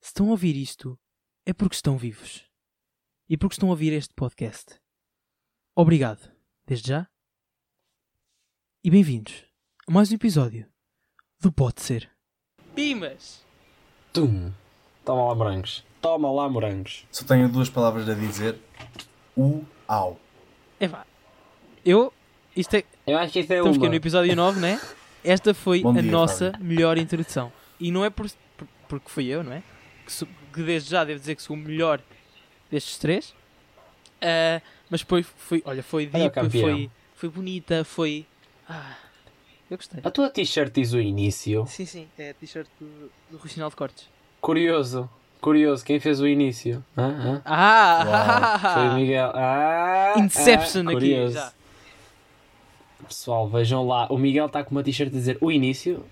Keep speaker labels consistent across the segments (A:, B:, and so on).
A: estão a ouvir isto, é porque estão vivos. E porque estão a ouvir este podcast. Obrigado, desde já. E bem-vindos a mais um episódio do Pode Ser. Pimas!
B: Tum. Toma lá morangos. Toma lá morangos.
C: Só tenho duas palavras a dizer. Uau.
A: É pá, eu. Isto é,
B: Eu acho que isso é
A: Estamos
B: uma.
A: aqui no episódio 9, né? Esta foi
C: Bom
A: a
C: dia,
A: nossa melhor introdução. E não é por, por- porque fui eu, não é? Que, sou- que desde já devo dizer que sou o melhor destes três. Ah, mas foi, foi, olha, foi
B: Olha o
A: deep,
B: campeão.
A: foi, foi bonita, foi. Ah, eu gostei.
B: A tua t-shirt diz o início.
A: Sim, sim, é a t-shirt do, do Rui Sinal de Cortes.
B: Curioso. Curioso. Quem fez o início? Hã? Hã? Foi o
A: Ah!
B: Miguel. Ah,
A: Inception
B: ah,
A: aqui
B: curioso.
A: já.
B: Pessoal, vejam lá. O Miguel está com uma t-shirt a dizer o início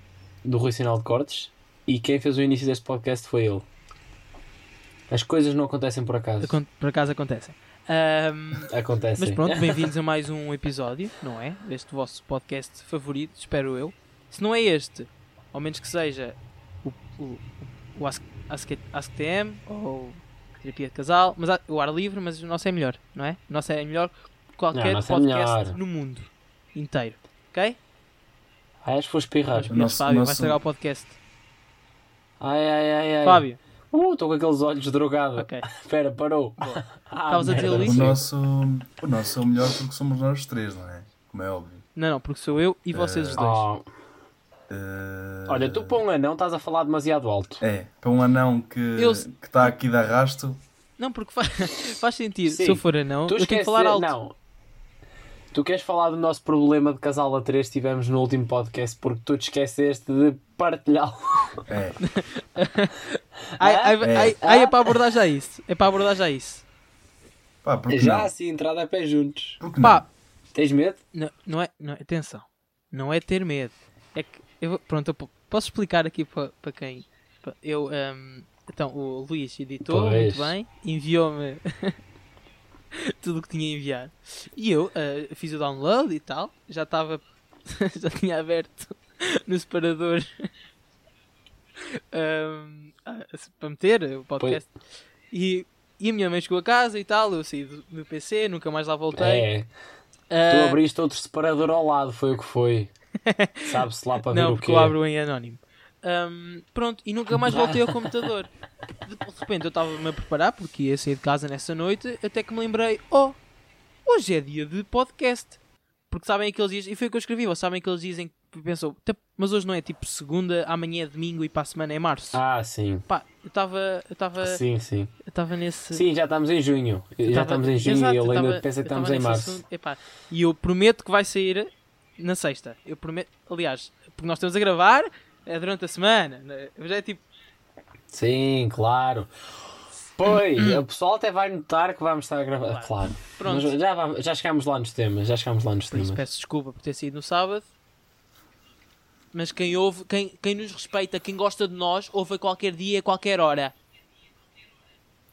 B: do Rui Sinal de Cortes. E quem fez o início deste podcast foi ele. As coisas não acontecem por acaso.
A: Acon- Por acaso Ah, acontecem. Ahm,
B: Acontecem.
A: Mas pronto, bem-vindos a mais um episódio, não é? Deste vosso podcast favorito, espero eu. Se não é este, ao menos que seja o, o, o Ask, Ask, AskTM ou Terapia de Casal, mas há- o ar livre, mas o nosso é melhor, não é? O nosso é melhor que
B: Não,
A: qualquer
B: o nosso é
A: podcast
B: melhor.
A: no mundo inteiro, ok?
B: Ai, acho que vou espirrar.
A: Mas,
C: nosso-
A: Fábio, vai
C: nosso-
A: estragar o podcast.
B: Ai, ai, ai, ai.
A: Fábio,
B: Uh, estou com aqueles olhos drogados.
A: ok.
B: Espera, parou.
A: Boa.
B: Ah,
A: Estavas a
B: merda.
A: dizer
C: O
A: Isso.
C: nosso, o nosso é o melhor porque somos nós três, não é? Como é óbvio.
A: Não, não, porque sou eu e vocês os dois.
B: Oh,
C: Eh,
B: olha, tu para um anão estás a falar demasiado alto.
C: É, para um anão que
A: Eu-
C: está aqui de arrasto,
A: Não, porque fa- faz, sentido.
B: Sim.
A: Se eu for a não,
B: tu
A: eu tenho que
B: esquece-
A: falar alto.
B: Não. Tu queres falar do nosso problema de casal a três que tivemos no último podcast porque tu te esqueceste de partilhá-lo.
C: é.
A: Ai,
B: Ah?
A: ai,
C: É.
A: ai, ai, é para abordar já isso. É para abordar já isso.
C: Pá, porque
B: Já
C: não?
B: assim, entrada a pé juntos.
C: Porque
A: Pá,
B: Tens medo?
A: não, não é. Não, atenção. Não é ter medo. É que. Eu, vou- pronto, eu po- posso explicar aqui para para quem. pa- Eu. hum, então, o Luís editou
B: Pois.
A: muito bem, enviou-me tudo o que tinha a enviar. E eu ah, fiz o download e tal. Já estava. já tinha aberto no separador hum, ah, para meter o podcast. E, e a minha mãe chegou a casa e tal. Eu saí do, do PC, nunca mais lá voltei.
B: É.
A: Ah,
B: Tu abriste outro separador ao lado, foi o que foi. Sabe-se lá para ver
A: não,
B: o
A: porque
B: quê.
A: eu abro em anónimo. Ahm, pronto, e nunca mais voltei ao computador. De, de repente eu estava-me a preparar, porque ia sair de casa nessa noite, até que me lembrei, oh, hoje é dia de podcast. Porque sabem aqueles dias, e foi o que eu escrevi, vocês sabem aqueles dias em que pensou, "Tá, mas hoje não é tipo segunda, amanhã é domingo e para a semana é março.
B: Ah, sim.
A: Pá, eu estava eu estava
B: Sim, sim.
A: eu estava nesse
B: Sim, já estamos em junho.
A: eu
B: Já
A: Ah. tava-
B: estamos em junho
A: Exato,
B: e ele
A: eu
B: ainda
A: tava-
B: pensa que
A: eu
B: estamos
A: tava
B: em
A: nesse
B: março.
A: assunto. Epá, e eu prometo que vai sair na sexta. Eu prometo, aliás, porque nós estamos a gravar é durante a semana. né? Já é tipo,
B: Sim, claro. Pois, o pessoal até vai notar que vamos estar a gravar. Claro.
A: Pronto.
B: Mas já, vamos- já chegámos lá nos temas, já chegámos lá nos
A: por isso
B: temas.
A: peço desculpa por ter saído no sábado. Mas quem ouve, quem, quem nos respeita, quem gosta de nós, ouve a qualquer dia, a qualquer hora.
C: não.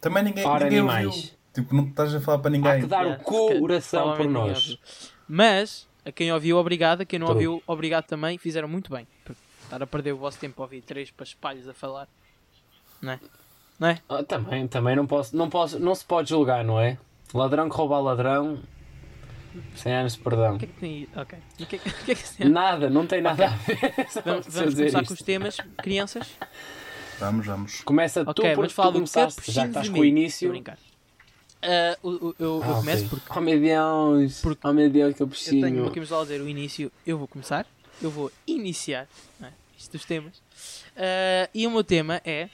C: Também ninguém,
B: Ora,
C: ninguém
B: animais.
C: ouviu. Tipo, não estás a falar para
B: Há
C: ninguém.
B: que dar o
A: Yeah.
B: coração por
A: É. Provavelmente ninguém
B: nós.
A: ouviu. Mas, a quem ouviu, obrigado. A quem não
B: True.
A: ouviu, obrigado também. Fizeram muito bem. Por estar a perder o vosso tempo a ouvir três paspalhos a falar. Não é? Não é?
B: Ah, também, também não posso, não posso, não se pode julgar, não é? Ladrão que rouba a ladrão, 100 anos de perdão.
A: O que é que tem aí? Ok. O que é que, o que, é que isso tem?
B: Nada, não tem nada a ver. Só
A: Vamos,
B: preciso
A: vamos
B: dizer
A: começar com
B: isto.
A: os temas, crianças.
C: Vamos, vamos.
B: Começa
A: Ok,
B: tu,
A: vamos
B: porque
A: falar
B: tu
A: do que é
B: começaste, já que estás com o início.
A: brincar. Ah, o- o- eu, eu
B: Ah,
A: começo
B: ok.
A: porque
B: Oh meu Deus,
A: Porque
B: oh meu Deus, que eu
A: eu tenho
B: preciso.
A: uma camisola a dizer o início. Eu vou começar, eu vou iniciar não é? isto dos temas. Ah, e o meu tema é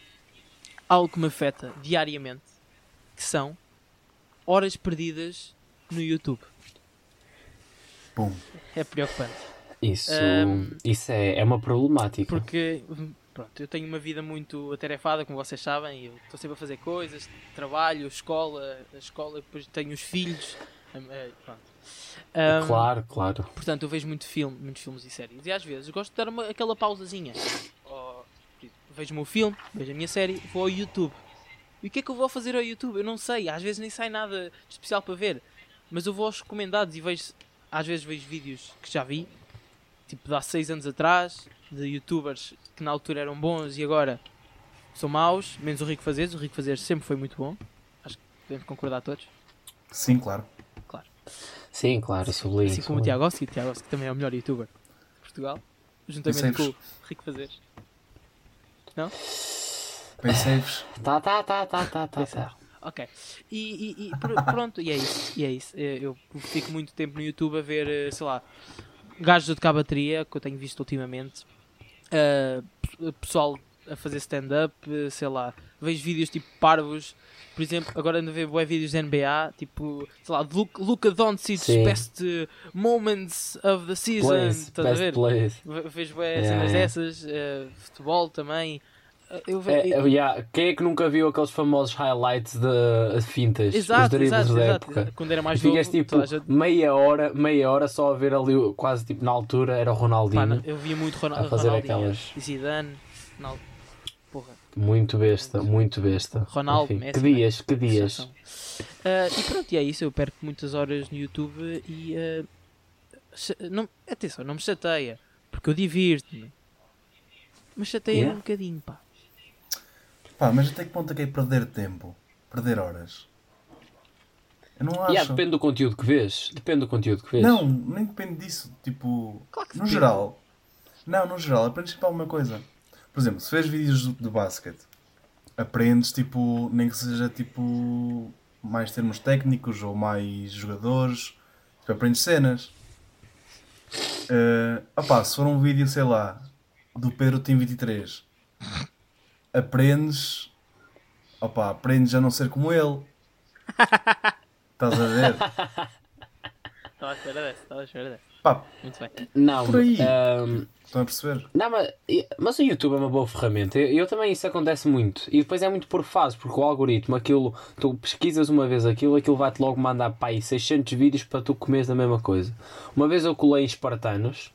A: algo que me afeta diariamente, que são horas perdidas no YouTube.
C: Pum.
A: É preocupante.
B: Isso,
A: Ahm.
B: isso é, é uma problemática.
A: Porque, hum, pronto, eu tenho uma vida muito atarefada, como vocês sabem, eu estou sempre a fazer coisas, trabalho, escola, a escola, depois tenho os filhos, hum, eh, pronto. Hum,
B: É Claro, claro.
A: Portanto, eu vejo muito filme, muitos filmes e séries, e às vezes gosto de dar uma, aquela pausazinha. Ó, vejo o meu filme, vejo a minha série, vou ao YouTube. E o que é que eu vou fazer ao YouTube? Eu não sei, às vezes nem sai nada de especial para ver, mas eu vou aos recomendados e vejo, às vezes vejo vídeos que já vi, tipo de há 6 anos atrás, de youtubers que na altura eram bons e agora são maus, menos o Rico Fazeres. O Rico Fazeres sempre foi muito bom. Acho que podemos concordar todos.
C: Sim, claro.
B: Sim, claro, sublinho.
A: Assim como o
B: sublinho.
A: Tiago Ossi, o Tiago Ossi, que também é o melhor youtuber de Portugal, juntamente
C: Sempre.
A: com o Rico Fazeres.
C: Pensei-vos.
B: Tá, tá, tá, tá, tá, tá,
A: é.
B: tá.
A: Ok. E, e- e pr- pronto, e é isso. E é isso. Eh, Eu fico muito tempo no YouTube a ver, eh, sei lá, gajos de cabatria que eu tenho visto ultimamente, eh, pe- pessoal a fazer stand-up, eh, sei lá, vejo vídeos tipo parvos. Por exemplo, agora ando a ver bué vídeos de NBA, tipo, sei lá, Luca, Luca Doncic's
B: Sim.
A: best eh, moments of the season,
B: Place,
A: estás a
B: best
A: ver?
B: place.
A: Ve- Vejo bué
B: Yeah,
A: cenas
B: yeah.
A: dessas, eh, futebol também. Eh, Eu ve-
B: É, é, yeah, Quem é que nunca viu aqueles famosos highlights de fintas? os
A: eh, Exato,
B: dribles
A: exato,
B: da
A: exato.
B: época.
A: Quando era mais
B: Ficas
A: novo,
B: tipo
A: toda a gente-
B: meia hora, meia hora só a ver ali, o- quase tipo na altura era o
A: Pá,
B: Ronaldinho.
A: não, eu via muito Ronaldo,
B: a fazer
A: Ronaldinho,
B: aquelas-
A: Zidane, Ronaldo, porra,
B: Muito besta, muito besta.
A: Ronaldo,
B: Enfim,
A: Messi,
B: que
A: né?
B: dias, que dias.
A: sensação. Ah, e pronto, e é isso, eu perco muitas horas no YouTube e ah, cha- não, atenção, não me chateia, porque eu divirto-me. Mas chateia
B: Yeah.
A: um bocadinho, pá.
C: Pá, mas até que ponto é que é perder tempo? Perder horas? Eu não acho.
B: Yeah, depende do conteúdo que vês. Depende do conteúdo que vês.
C: Não, nem depende disso. Tipo,
A: Claro que
C: no
A: depende.
C: geral. Não, no geral, aprendes sempre alguma coisa. Por exemplo, se vês vídeos de, de basquete, aprendes, tipo, nem que seja, tipo, mais termos técnicos ou mais jogadores. Tipo, aprendes cenas. Ah, opá, se for um vídeo, sei lá, do Pedro Tim 23, aprendes. Opá, aprendes a não ser como ele. Estás a ver?
A: Estava à espera dessa, estava à espera dessa.
C: Pá,
A: Muito bem.
B: Não, ehm,
C: Por aí.
B: ahm,
C: estão a perceber?
B: Não, mas, mas o YouTube é uma boa ferramenta. Eu, eu também isso acontece muito. E depois é muito por fase, porque o algoritmo, aquilo, tu pesquisas uma vez aquilo, aquilo vai-te logo mandar para aí 600 vídeos para tu comeres da mesma coisa. Uma vez eu colei em espartanos,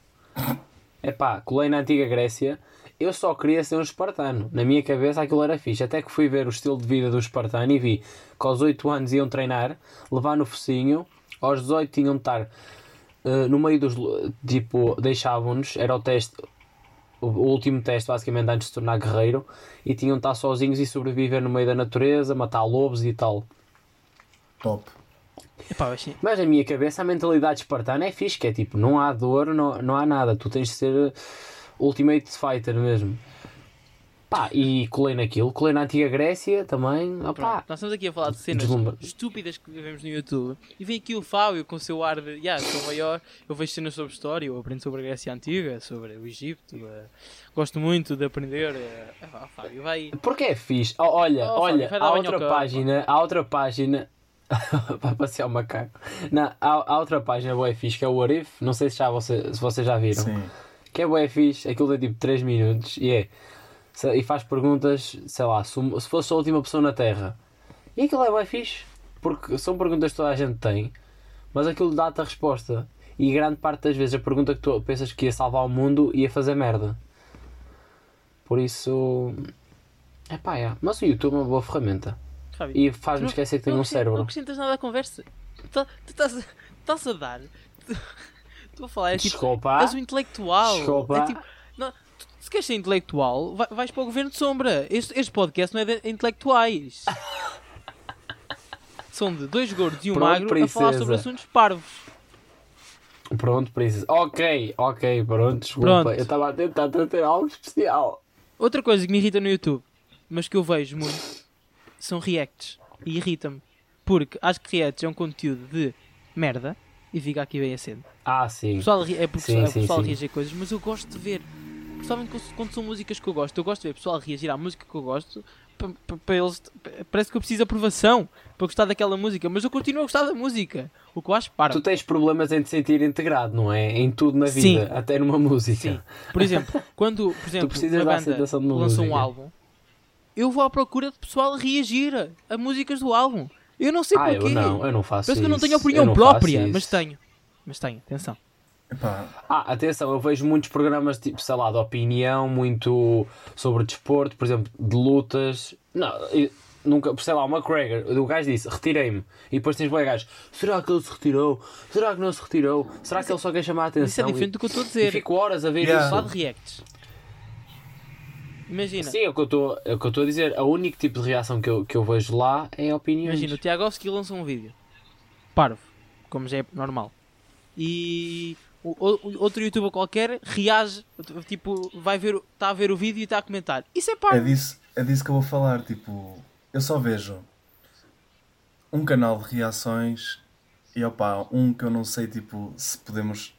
B: é pá, colei na antiga Grécia. Eu só queria ser um espartano. Na minha cabeça aquilo era fixe. Até que fui ver o estilo de vida do espartano e vi que aos 8 anos iam treinar, levar no focinho, aos 18 tinham de estar eh, no meio dos. lu- Tipo, deixavam-nos, era o teste, o o último teste basicamente antes de se tornar guerreiro e tinham de estar sozinhos e sobreviver no meio da natureza, matar lobos e tal.
C: Top.
A: Epá, eu achei-
B: Mas na minha cabeça a mentalidade espartana é fixe, que é tipo, não há dor, não, não há nada, tu tens de ser uh, ultimate fighter mesmo. Pá, e colei naquilo, colei na antiga Grécia também,
A: Pronto,
B: opá.
A: nós estamos aqui a falar de cenas
B: Deslumbra.
A: estúpidas que vivemos no YouTube e vem aqui o Fábio com o seu ar de yeah, sou maior, eu vejo cenas sobre história, eu aprendo sobre a Grécia Antiga, sobre o Egito, eh, gosto muito de aprender. eh, ah, pá, Fábio, vai.
B: Porque é fixe. Ó, olha,
A: Oh, Fábio,
B: olha,
A: vai dar
B: há
A: banho
B: outra
A: ao cão,
B: página, há outra página. Vai passear o macaco. Não, há, há outra página boa fixe que é o Arif. Não sei se, já você, se vocês já viram.
C: Sim.
B: que é bué fixe, aquilo tem tipo 3 minutos e é se- e faz perguntas, sei lá, se, um- se fosse a última pessoa na Terra. E aquilo é bué fixe, porque são perguntas que toda a gente tem, mas aquilo dá-te a resposta. E grande parte das vezes a pergunta que tu pensas que ia salvar o mundo ia fazer merda. Por isso. É pá, é. Mas o YouTube é uma boa ferramenta.
A: Fábio,
B: E
A: tu não-
B: faz-me esquecer que
A: não
B: tenho um
A: acrescent- Não
B: cérebro.
A: acrescentas nada à conversa. Tu tá- tu estás a- estás a dar. tu- Estou a falar, é tipo,
B: Desculpa.
A: és um intelectual.
B: Desculpa.
A: É tipo, não- tu- se queres ser intelectual, vai- vais para o governo de sombra. Este, este podcast não é de intelectuais. São de dois gordos e um
B: Pronto,
A: magro a falar
B: princesa.
A: sobre assuntos parvos.
B: Pronto, princesa. Ok, ok, pronto, desculpa.
A: Pronto.
B: Eu estava a tentar trazer algo especial.
A: Outra coisa que me irrita no YouTube, mas que eu vejo muito, são reacts. E irrita-me. Porque acho que reacts é um conteúdo de merda. E fica aqui bem acendo.
B: Ah, sim.
A: O pessoal ri- é porque
B: Sim,
A: é
B: sim,
A: pessoal
B: sim.
A: reagir a coisas, mas eu gosto de ver, principalmente quando- quando são músicas que eu gosto, eu gosto de ver pessoal reagir à música que eu gosto, pa- pa- pa eles- pa- parece que eu preciso de aprovação para gostar daquela música, mas eu continuo a gostar da música, o que eu acho para.
B: Tu tens problemas em te sentir integrado, não é? Em tudo na
A: Sim.
B: vida, até numa música.
A: Sim. Por exemplo, quando por exemplo,
B: precisas
A: uma
B: da
A: banda lança
B: aceitação de uma
A: um
B: música.
A: álbum, eu vou à procura de pessoal reagir a, a músicas do álbum. Eu não sei
B: Ah, eu
A: porquê.
B: não, eu não
A: Parece
B: faço
A: Tipo que eu não
B: isso,
A: tenho opinião
B: não faço
A: própria,
B: isso.
A: mas tenho. Mas tenho, atenção.
C: Epá,
B: Ah, atenção, eu vejo muitos programas tipo, sei lá, de opinião, muito sobre desporto, por exemplo, de lutas. Não, eu nunca, sei lá, o McGregor, o gajo disse, retirei-me. E depois tens boi gajo, será que ele se retirou? Será que não se retirou? Será
A: é
B: que ele só quer chamar a atenção?
A: Isso é diferente do que eu estou a
B: E,
A: dizer.
B: e fico horas a ver
C: Yeah.
B: isso.
A: Falar de reacts. Imagina,
B: Sim, é o que eu estou é o que eu estou a dizer. O único tipo de reação que eu, que eu vejo lá é opiniões.
A: imagina, o Tiagovski lança um vídeo. Parvo, como já é normal. E o- o- outro youtuber qualquer reage, tipo, vai ver, está a ver o vídeo e está a comentar. Isso é
C: É
A: parvo.
C: disso, é disso que eu vou falar. Tipo, eu só vejo um canal de reações e opá, um que eu não sei tipo se podemos.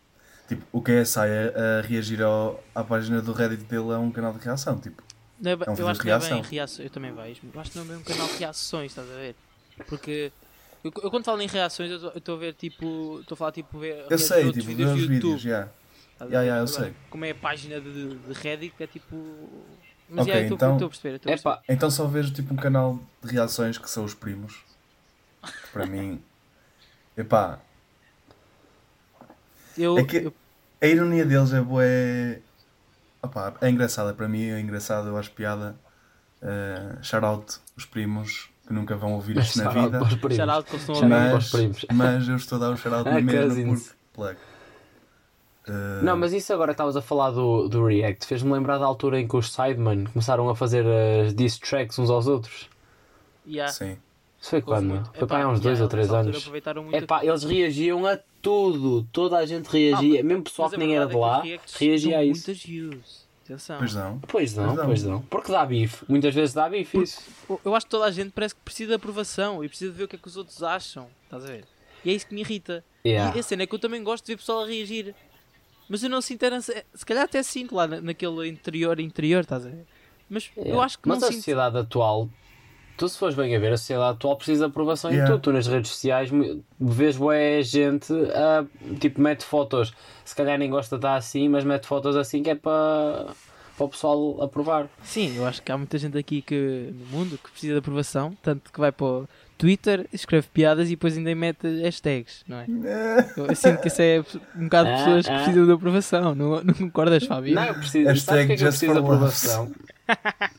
C: Tipo, o que é essa a, a reagir ao- à página do Reddit dele é um canal de reação. Tipo,
A: Não é bem-
C: É um vídeo
A: eu acho
C: de
A: que não é bem
C: reação.
A: reações. Eu também vejo. Eu acho que não é bem um canal de reações, estás a ver? Porque eu, eu quando falo em reações, eu estou a ver tipo. Estou a falar tipo. Ver,
C: eu
A: reagir a
C: sei,
A: outros
C: tipo, ver os
A: do
C: vídeos,
A: YouTube, estás a
C: já. Yeah,
A: ver?
C: yeah,
A: Agora,
C: eu sei.
A: Como é a página de, de Reddit, que é tipo. Mas
C: Ok,
A: yeah, eu estou-
C: então-
A: eu estou a perceber. eu estou a
B: É
A: perceber.
B: pá,
C: Então só vejo tipo um canal de reações que são os primos. Que para mim. Epá,
A: Eu,
C: É que-
A: eu-
C: a ironia deles é boa. É, opá, é engraçada para mim, é engraçada, eu acho piada. Eh, shout out os primos que nunca vão ouvir isto na
B: shout out
C: vida.
B: para os primos. eh,
A: shout out que eles estão a
B: Shout out
A: ouvir.
B: para os primos.
C: mas eu estou a dar um shout out na
B: Ah,
C: mesma
B: cousins.
C: porque. Plug. Eh,
B: Não, mas isso agora que estavas a falar do, do React. Fez-me lembrar da altura em que os Sidemen começaram a fazer as diss tracks uns aos outros.
A: Yeah.
C: Sim.
B: Isso foi
A: Houve
B: quando?
A: muito-
B: É Foi
A: epá,
B: para aí há uns
A: yeah,
B: 2 ou
A: nessa
B: 3
A: altura
B: anos.
A: Aproveitaram muito
B: É pá, eles reagiam a tudo. Toda a gente
A: Ah,
B: reagia.
A: mas-
B: Mesmo pessoal
A: mas a
B: que nem era de
A: verdade
B: lá
A: é que os reacts
B: reagia
A: dão
B: a isso.
A: Muitas views. Atenção.
C: Pois é. não.
B: Pois não,
C: Pois não.
B: pois não. Porque dá bife. Muitas vezes dá bife isso.
A: Eu- Eu acho que toda a gente parece que precisa de aprovação e precisa de ver o que é que os outros acham. Estás a ver? E é isso que me irrita.
B: Yeah.
A: E a cena é que eu também gosto de ver pessoal a reagir. Mas eu não sinto. era- Se calhar até sinto lá na- naquele interior, interior, estás a ver? Mas eu
B: Yeah.
A: acho que
B: Mas
A: não
B: a
A: sinto.
B: sociedade atual, tu se fores bem a ver, a sociedade atual precisa de aprovação em
C: Yeah.
B: tudo. Tu nas redes sociais mu- vês boé gente a, tipo, mete fotos. Se calhar nem gosta de estar assim, mas mete fotos assim que é para para o pessoal aprovar.
A: Sim, eu acho que há muita gente aqui que, no mundo que precisa de aprovação. Tanto que vai para o Twitter, escreve piadas e depois ainda mete hashtags, não é?
C: Eh,
A: Eu sinto que isso é um bocado de
B: Ah,
A: pessoas que
B: ah.
A: precisam de aprovação. Não, não concordas, Fábio?
B: Não, eu preciso.
C: Hashtag
B: Sabes o que é que eu
C: just
B: preciso de
C: for laughs.
B: aprovação?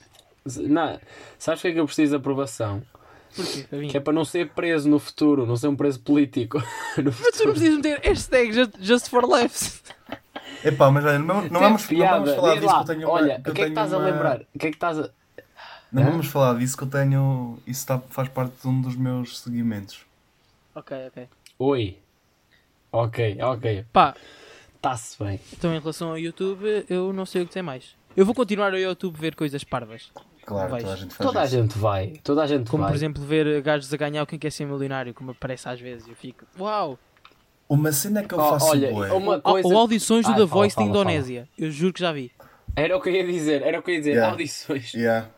B: não, sabes o que é que eu preciso de aprovação?
A: Porquê, Fabinho?
B: Que é para não ser preso no futuro, não ser um preso político.
A: Mas tu
B: No
A: não
B: futuro.
A: precisas meter hashtag just, just for laughs.
C: Epá, mas olha, não, não, vamos, não
B: Piada.
C: vamos falar
B: Diz
C: disso
B: lá,
C: que eu tenho uma-
B: Olha, o que é que
C: eu tenho
B: estás a
C: uma-
B: lembrar? O que é que estás a.
C: Não vamos falar disso que eu tenho. Isso tá- faz parte de um dos meus seguimentos.
A: Ok, ok.
B: Oi. Ok, ok.
A: Pá,
B: Está-se bem.
A: então em relação ao YouTube, eu não sei o que tem mais. Eu vou continuar ao YouTube ver coisas parvas.
C: Claro,
A: Vais.
C: toda a gente faz
B: Toda a
C: isso.
B: gente vai. Toda a gente
A: Como,
B: vai.
A: por exemplo, ver gajos a ganhar o Quem Quer Ser Milionário, como aparece às vezes. Eu fico, uau!
C: Uma cena que eu
B: Oh,
C: faço
B: olha,
C: bué.
B: uma
A: Ou-
B: coisa.
A: Ou audições do
B: Ai,
A: The
B: fala,
A: Voice
B: fala,
A: da Indonésia. Eu juro que já vi.
B: Era o que eu ia dizer. Era o que eu ia dizer.
C: Yeah.
B: Audições.
C: Yeah.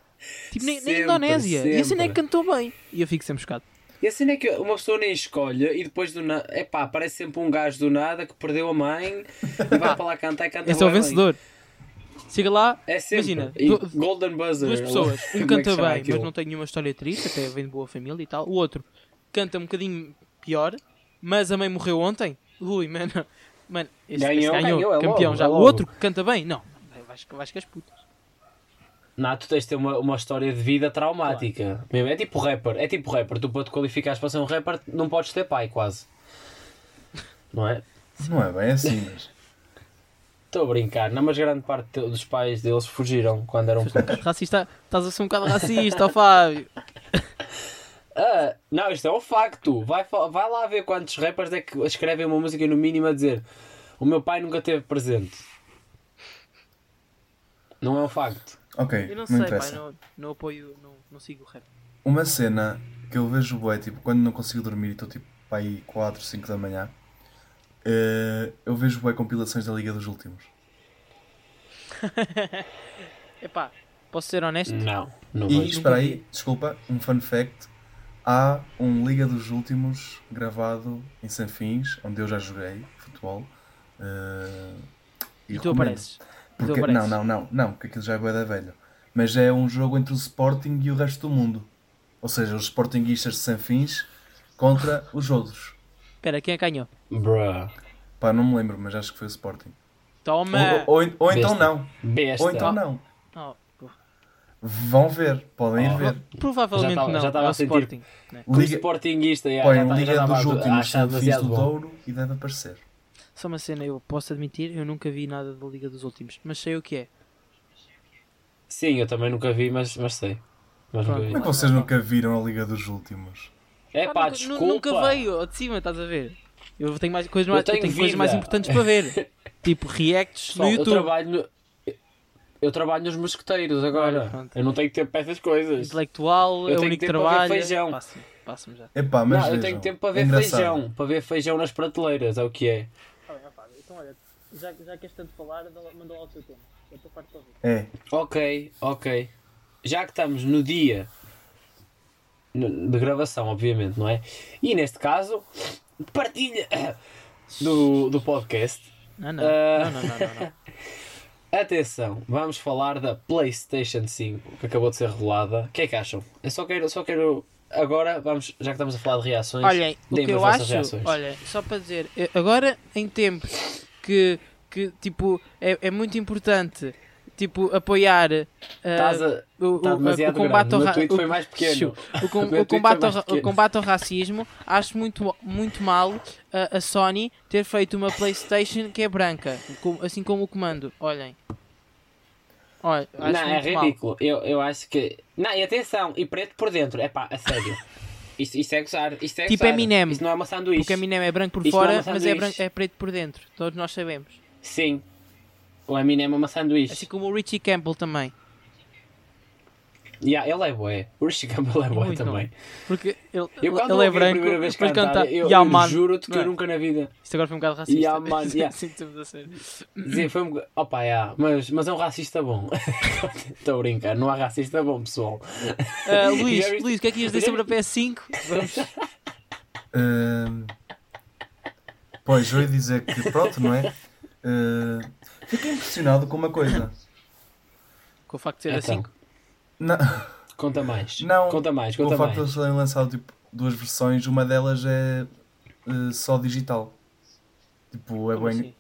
A: Tipo, nem, nem
B: Sempre,
A: Indonésia. E a cena é
B: sempre.
A: que cantou bem. E eu fico sempre chocado.
B: E a cena é que uma pessoa nem escolhe e depois do nada. Epá, aparece sempre um gajo do nada que perdeu a mãe e vai para lá cantar e canta
A: Esse é o
B: bué bem.
A: vencedor. Chega lá,
B: É sempre.
A: imagina,
B: E
A: du-
B: Golden Buzzer.
A: duas pessoas.
B: Como é
A: Um
B: que
A: canta
B: chama
A: bem, mas
B: aquilo?
A: não tem nenhuma história triste, até vem de boa família e tal. O outro canta um bocadinho pior, mas a mãe morreu ontem. Ui, mano. Mano, esse esse ganhou,
B: Ganhou, ganhou, é
A: campeão
B: logo,
A: já.
B: é
A: o
B: logo.
A: outro canta bem, não. Vais, vais que as putas.
B: Não, tu tens de ter uma, uma história de vida traumática. Mesmo, é tipo rapper, é tipo rapper. Tu para te qualificares para ser um rapper não podes ter pai, quase. Não é?
C: Não é bem assim, mas.
B: Estou a brincar, não, mas grande parte te- dos pais deles fugiram quando eram putos.
A: Racista, estás a ser um bocado racista, ó Fábio.
B: Ah, não, isto é um facto. Vai, fa- vai lá ver quantos rappers é que escrevem uma música no mínimo a dizer o meu pai nunca teve presente. Não é um facto.
C: Ok,
A: Eu
C: não,
A: não, sei,
C: interessa.
A: pai, não, não apoio, não, não sigo o rap.
C: Uma cena que eu vejo bué, tipo, quando não consigo dormir e estou tipo para aí 4, 5 da manhã, eh, eu vejo bué compilações da Liga dos Últimos.
A: Epá, posso ser honesto?
B: Não, não
C: E
B: vejo.
C: espera aí, desculpa, um fun fact. Há um Liga dos Últimos gravado em Sanfins, onde eu já joguei futebol. eh,
A: E tu
C: recomendo.
A: apareces. E tu
C: Porque,
A: apareces.
C: não, não, não, não, porque aquilo já é bué da velho. Mas é um jogo entre o Sporting e o resto do mundo. Ou seja, os Sportinguistas de Sanfins contra os outros.
A: Espera, quem é que ganhou?
B: Bruh.
C: Pá, não me lembro, mas acho que foi o Sporting.
A: Toma!
C: Ou, ou- ou então
B: Besta.
C: não.
B: Besta.
C: Ou então não.
A: Oh, porra.
C: Vão ver, podem ir
B: Oh.
C: ver.
A: Provavelmente
B: Já tava-
A: não,
B: já tava
A: é o
B: a sentir-
A: Sporting. né?
B: Como
C: Liga,
B: Sportingista, já, tá-
C: põem
B: já, já,
C: Liga
B: estava
C: dos
B: a- a
C: Últimos
B: achar
C: Sanfins
B: demasiado
C: do
B: bom.
C: Douro e deve aparecer.
A: Só uma cena, eu posso admitir, eu nunca vi nada da Liga dos Últimos, mas sei o que é.
B: Sim, eu também nunca vi, mas, mas sei. Mas
A: Pronto.
B: nunca vi.
C: Como é que vocês nunca viram a Liga dos Últimos?
B: É
A: Ah,
B: pá,
A: nunca- nu-
B: desculpa.
A: Nunca veio, ao de cima, estás a ver? Eu tenho, mais, coisas,
B: Eu
A: mais, eu
B: tenho
A: tenho coisas mais
B: vida.
A: importantes para ver. tipo, reacts
B: Pessoal,
A: no
B: eu
A: YouTube.
B: trabalho no- Eu trabalho nos mosqueteiros agora.
A: Olha, pronto.
B: eu não tenho tempo para essas coisas.
A: Intelectual,
B: Eu
A: é o
B: tenho
A: único
B: tempo para ver
A: trabalho.
B: feijão.
A: Passa-me, passa-me já.
C: Epá, mas
B: não, eu
C: vejam,
B: tenho tempo
C: é
B: para ver
C: engraçado.
B: feijão. Para ver feijão nas prateleiras, é o que é.
A: então olha, já, já queres tanto falar, manda lá o teu tema. Eu estou farto de ouvir.
C: É,
B: Ok, ok. Já que estamos no dia no- de gravação, obviamente, não é? E neste caso, partilha do, do podcast.
A: Não, não,
B: Ah.
A: não, não, não, não, não.
B: Atenção, vamos falar da PlayStation 5 que acabou de ser revelada. O que é que acham? Eu só quero, só quero agora, vamos, já que estamos a falar de reações,
A: Olhem, o
B: deem
A: que
B: as
A: eu
B: vossas
A: acho,
B: reações.
A: olha, só para dizer, eh, agora em tempos que, que tipo, é, é muito importante, tipo, apoiar eh,
B: Estás a-
A: o, o-
B: tá
A: a- o
B: demasiado
A: combate
B: grande.
A: ao
B: O meu
A: ra-
B: tweet
A: o-
B: foi mais pequeno.
A: o com-
B: O meu
A: o
B: tweet foi
A: combate ao
B: mais
A: ra- o
B: pequeno.
A: combate ao racismo, acho muito, muito mal a, a Sony ter feito uma Playstation que é branca, com- assim como o comando, olhem. Olha, acho
B: não, é
A: muito mal.
B: ridículo. Eu, eu acho que. Não, e atenção, e preto por dentro. É pá, a sério. Isto, isto é gozar. Isto é
A: Tipo
B: gozar.
A: Eminem.
B: Isto não é uma sanduíche.
A: Porque a Minem é branco por
B: Isto não é
A: fora,
B: um
A: mas é,
B: sanduíche.
A: branco, é preto por dentro, todos nós sabemos.
B: Sim. O Eminem é uma sanduíche.
A: Assim como o Richie Campbell também.
B: Yeah, ele é bué. O Rishi Campbell é bué
A: muito
B: também.
A: Porque ele,
B: Eu
A: ele
B: quando
A: é
B: ouvi a
A: branco,
B: primeira vez
A: mas
B: cantar,
A: canta
B: eu,
A: "Ya,
B: eu
A: man",
B: juro-te que
A: não
B: eu
A: é?
B: nunca na vida.
A: Isto agora foi um bocado racista.
B: "Ya, man", yeah.
A: Sim, estamos a ser.
B: Dizer, foi um... Opa, yeah, mas, mas é um racista bom. Estou a brincar, não há racista bom, pessoal.
A: Ah, Luís,
B: Já viste-
A: Luís, o que é que ias dizer sobre a PS5? Vamos.
C: Ahn, pois, eu ia dizer que pronto, não é? Ahn, fiquei impressionado com uma coisa.
A: Com o facto de ser a
B: Então,
A: 5.
C: Não,
B: Conta mais.
C: não
B: conta mais,
C: com
B: conta
C: o facto de
B: mais.
C: eles terem lançado tipo, duas versões, uma delas é eh, só digital. Tipo, é
A: Como
C: bem.
A: assim?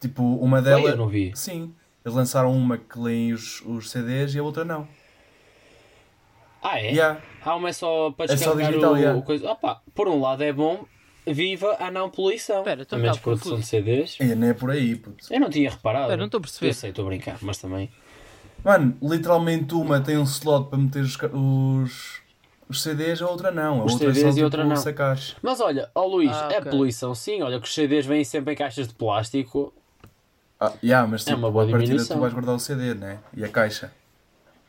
C: Tipo, uma
B: Foi, Eu
C: delas.
B: não vi.
C: Sim, eles lançaram uma que leem os, os CDs e a outra não.
B: Ah, é?
C: Yeah.
B: Há uma é só para
C: É só
B: descarregar
C: digital,
B: o,
C: yeah.
B: o coisa. Opa, por um lado é bom, viva a não poluição.
A: Espera, estou
B: a
A: um
B: menos
A: bocado
B: produção de
A: confuso.
B: CDs.
C: É, não é por aí, puto.
B: Eu não tinha reparado.
A: Espera, não estou a perceber.
B: Eu sei, estou a brincar, mas também.
C: Mano, literalmente uma tem um slot para meter os, ca- os, os CDs, a outra não. A
B: Os
C: outra é
B: CDs
C: só
B: e a outra
C: tipo,
B: não.
C: sacar.
B: Mas olha, ó Luís,
A: Ah,
B: a
A: ok.
B: poluição sim, olha que os CDs vêm sempre em caixas de plástico.
C: Ah, yeah, mas tipo,
B: É uma boa
C: a partida
B: diminuição.
C: tu vais guardar o CD, né? E a caixa.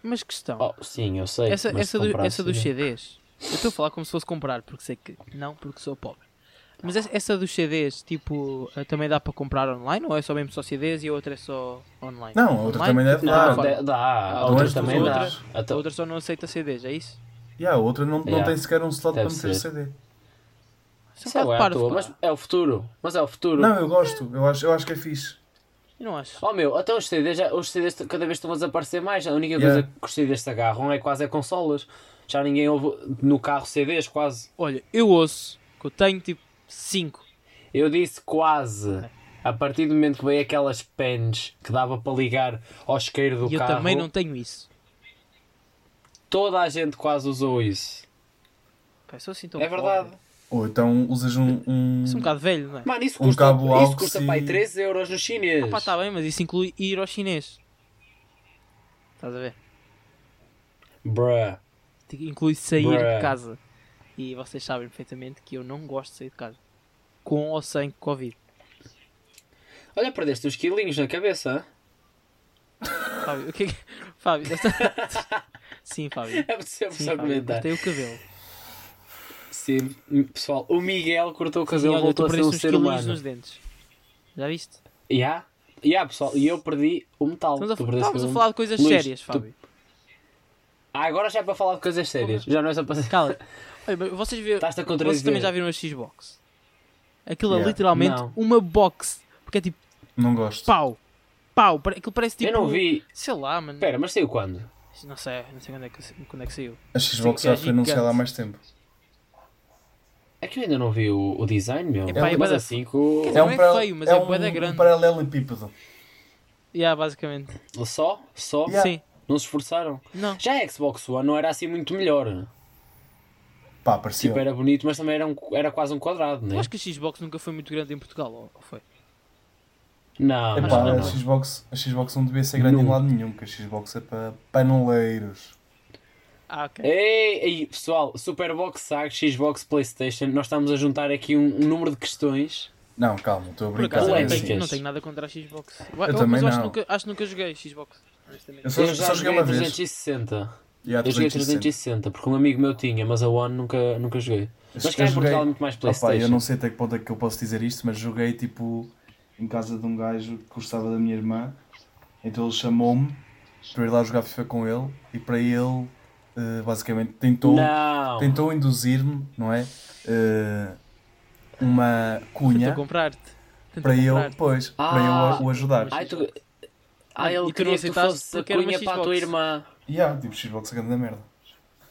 A: Mas questão.
B: Oh, sim, eu sei.
A: essa
B: mas
A: essa, do-
B: comprar assim,
A: essa dos
B: CD.
A: CDs. Eu estou a falar como se fosse comprar, porque sei que. Não, porque sou pobre. Mas essa- essa dos CDs, tipo, eh, também dá para comprar online? Ou é só mesmo só CDs e a outra é só online?
C: Não, a outra
A: Online?
C: também deve
A: Ah,
B: né? Não,
C: dar.
A: fora.
B: dá, dá.
A: Ah,
B: A outra
C: dois,
B: também
C: duas
B: dá.
C: outras.
A: A
B: Até-
A: outra só não aceita CDs, é isso?
C: Yeah, a outra não, não
B: Yeah.
C: tem sequer um slot
B: Deve
C: para meter
B: ser.
C: o CD.
A: Isso
B: Sei
A: é um bocado
B: lá, à
A: parvo,
B: toa,
A: pá.
B: mas é o futuro. Mas é o futuro.
C: Não, eu gosto. Eu acho, eu acho que é fixe.
A: Eu não acho.
B: Oh meu, até os CDs, já- os CDs t- cada vez estão a desaparecer mais. A única
C: Yeah.
B: coisa que os CDs se agarram é quase a consolas. Já ninguém ouve no carro CDs, quase.
A: Olha, eu ouço que eu tenho tipo 5.
B: Eu disse quase. A partir do momento que veio aquelas pens que dava para ligar ao isqueiro do
A: E eu
B: carro,
A: também não tenho isso.
B: toda a gente quase usou isso.
A: Pá, eu sou assim tão
B: é verdade.
A: pobre.
C: Ou então usas um. um...
A: Sou um bocado velho, não é?
B: Mano, isso
C: Um
B: custa,
C: cabo
B: isso
C: aux
B: custa
C: e-
B: pai 13 euros no chinês.
A: Pá, tá bem, mas isso inclui ir ao chinês. Estás a ver?
B: Bruh.
A: Inclui sair
B: Bruh.
A: de casa. E vocês sabem perfeitamente que eu não gosto de sair de casa. Com ou sem Covid.
B: Olha, perdeste uns quilinhos na cabeça. hã?
A: Fábio, o que é que. Fábio, sim, Fábio.
B: É sempre
A: Sim,
B: só
A: Fábio.
B: comentar.
A: Cortei o cabelo.
B: Sim, pessoal, o Miguel cortou o
A: Sim,
B: cabelo e
A: olha,
B: voltou
A: tu
B: a ser um
A: perdeste uns
B: ser
A: quilinhos
B: humano.
A: nos dentes. Já viste?
B: Ya, ya, pessoal, e eu perdi o metal.
A: Estamos a,
B: Tu perdeste
A: estávamos
B: o
A: a
B: metal.
A: falar de coisas
B: Luís,
A: sérias,
B: tu-
A: Fábio.
B: Ah, agora já é para falar de coisas sérias. Já não é só para.
A: Cala. Olha, mas vocês, viram,
B: Estás-te a contradizer.
A: vocês também já viram a Xbox? Aquilo é
C: Yeah.
A: literalmente
B: Não.
A: uma box. Porque é tipo
C: Não gosto.
A: pau. Pau. pare- Aquilo parece tipo.
B: Eu não vi.
A: Sei lá, mano.
B: Espera, mas saiu quando?
A: Não sei, não sei quando é que, quando é que saiu.
C: A Xbox
A: Sim, que é
C: já foi anunciada
A: gigante.
C: há mais tempo.
B: É que eu ainda não vi o, o design, meu.
A: Epá, é
B: mas
A: bué-
B: assim que o.
A: Quer Não é feio, mas é bué da grande.
C: um paralelepípedo.
A: Yeah, basicamente.
B: Só? Só?
C: Yeah.
A: Sim.
B: Não se esforçaram?
A: Não.
B: Já a Xbox One não era assim muito melhor.
C: Pá, parecia.
B: Tipo, era bonito, mas também era, um- era quase um quadrado, né?
A: Eu acho que a Xbox nunca foi muito grande em Portugal, ou ou foi?
B: Não,
C: Epá,
B: não, não,
C: a,
B: não.
C: Xbox, a Xbox não devia ser grande em
B: Nunca.
C: lado nenhum, que a Xbox é para paneleiros.
A: Ah,
B: É,
A: ok.
B: Ei, ei, pessoal, Superbox Saga, Xbox, Playstation, nós estamos a juntar aqui um, um número de questões.
C: Não, calma, estou a
A: Por
C: brincar.
A: acaso, eu
C: é
A: não
B: Polémicas.
A: tenho,
C: assim.
A: não tenho nada contra a Xbox. Eu,
C: também
A: mas eu acho,
C: não.
A: que nunca, acho que nunca joguei Xbox. honestamente.
C: Eu só,
B: eu já
C: só joguei uma vez.
B: 360.
C: E há
B: Eu joguei
C: 360.
B: 360, porque um amigo meu tinha, mas a One nunca, nunca joguei. Mas cá
C: Eu
B: em Portugal é
C: joguei-
B: muito mais
C: Opa, eu
B: Playstation.
C: não sei até que ponto é que eu posso dizer isto, mas joguei tipo em casa de um gajo que gostava da minha irmã, então ele chamou-me para ir lá jogar FIFA com ele e para ele eh, basicamente tentou,
B: Não!
C: tentou induzir-me, não é? Eh, uma
A: Tentou
C: cunha
A: comprar-te. Tentou
C: para eu,
A: comprar-te.
C: pois,
B: Ah,
C: para eu a- o ajudar.
B: Ai, tu... Ah,
A: Mano,
B: ele
A: e tu
B: queria
A: não
B: que tu
A: aceitaste
B: fosse a
A: porque era uma
B: cunha para a tua
A: Xbox.
B: irmã.
C: E há, tipo, Xbox é grande da merda.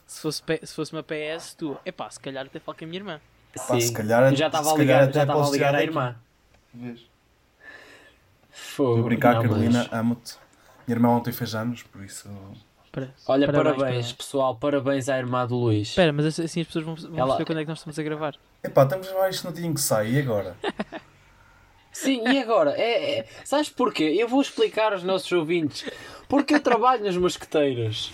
A: Se fosse, P- se fosse uma PS, tu, epá, se calhar até falo com a minha irmã.
C: Pá,
B: Sim.
C: se calhar-
B: Eu já estava
C: se
B: a
C: calhar
B: ligar,
C: até
B: já estava a
C: posso
B: ligar
C: tirar
B: à
C: daqui.
B: irmã.
C: Vês?
B: Fogo.
C: Estou a brincar,
B: Não, mas-
C: Carolina, amo-te. Minha irmã ontem fez anos, por isso.
A: Para-
B: Olha, parabéns,
A: parabéns.
B: pessoal, parabéns à irmã do Luís.
A: Espera, mas assim as pessoas vão, vão
B: Ela-
A: perceber quando é que nós estamos a gravar.
C: Epá, estamos a gravar isto no dia em que sai, e agora?
B: Sim, e agora? É, é- Sabes porquê? Eu vou explicar aos nossos ouvintes. Porque eu trabalho nos mosqueteiros.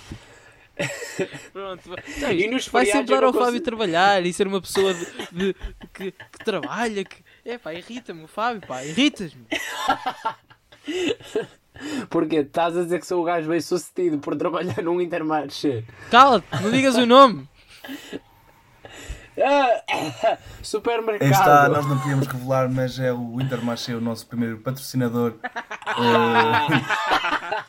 A: Pronto, vai-
B: E nos
A: vai
B: feriados
A: sempre
B: eu
A: dar
B: não
A: ao Fábio
B: consigo-
A: trabalhar e ser uma pessoa de, de- que, que trabalha. Que... É pá, irrita-me o Fábio, pá, irritas-me.
B: Porque estás a dizer que sou o gajo bem sucedido por trabalhar num Intermarché.
A: Cala-te, não digas o nome.
B: Ah,
C: Aí está,
B: supermercado.
C: nós não podíamos revelar, mas é o Intermarché, o nosso primeiro patrocinador eh,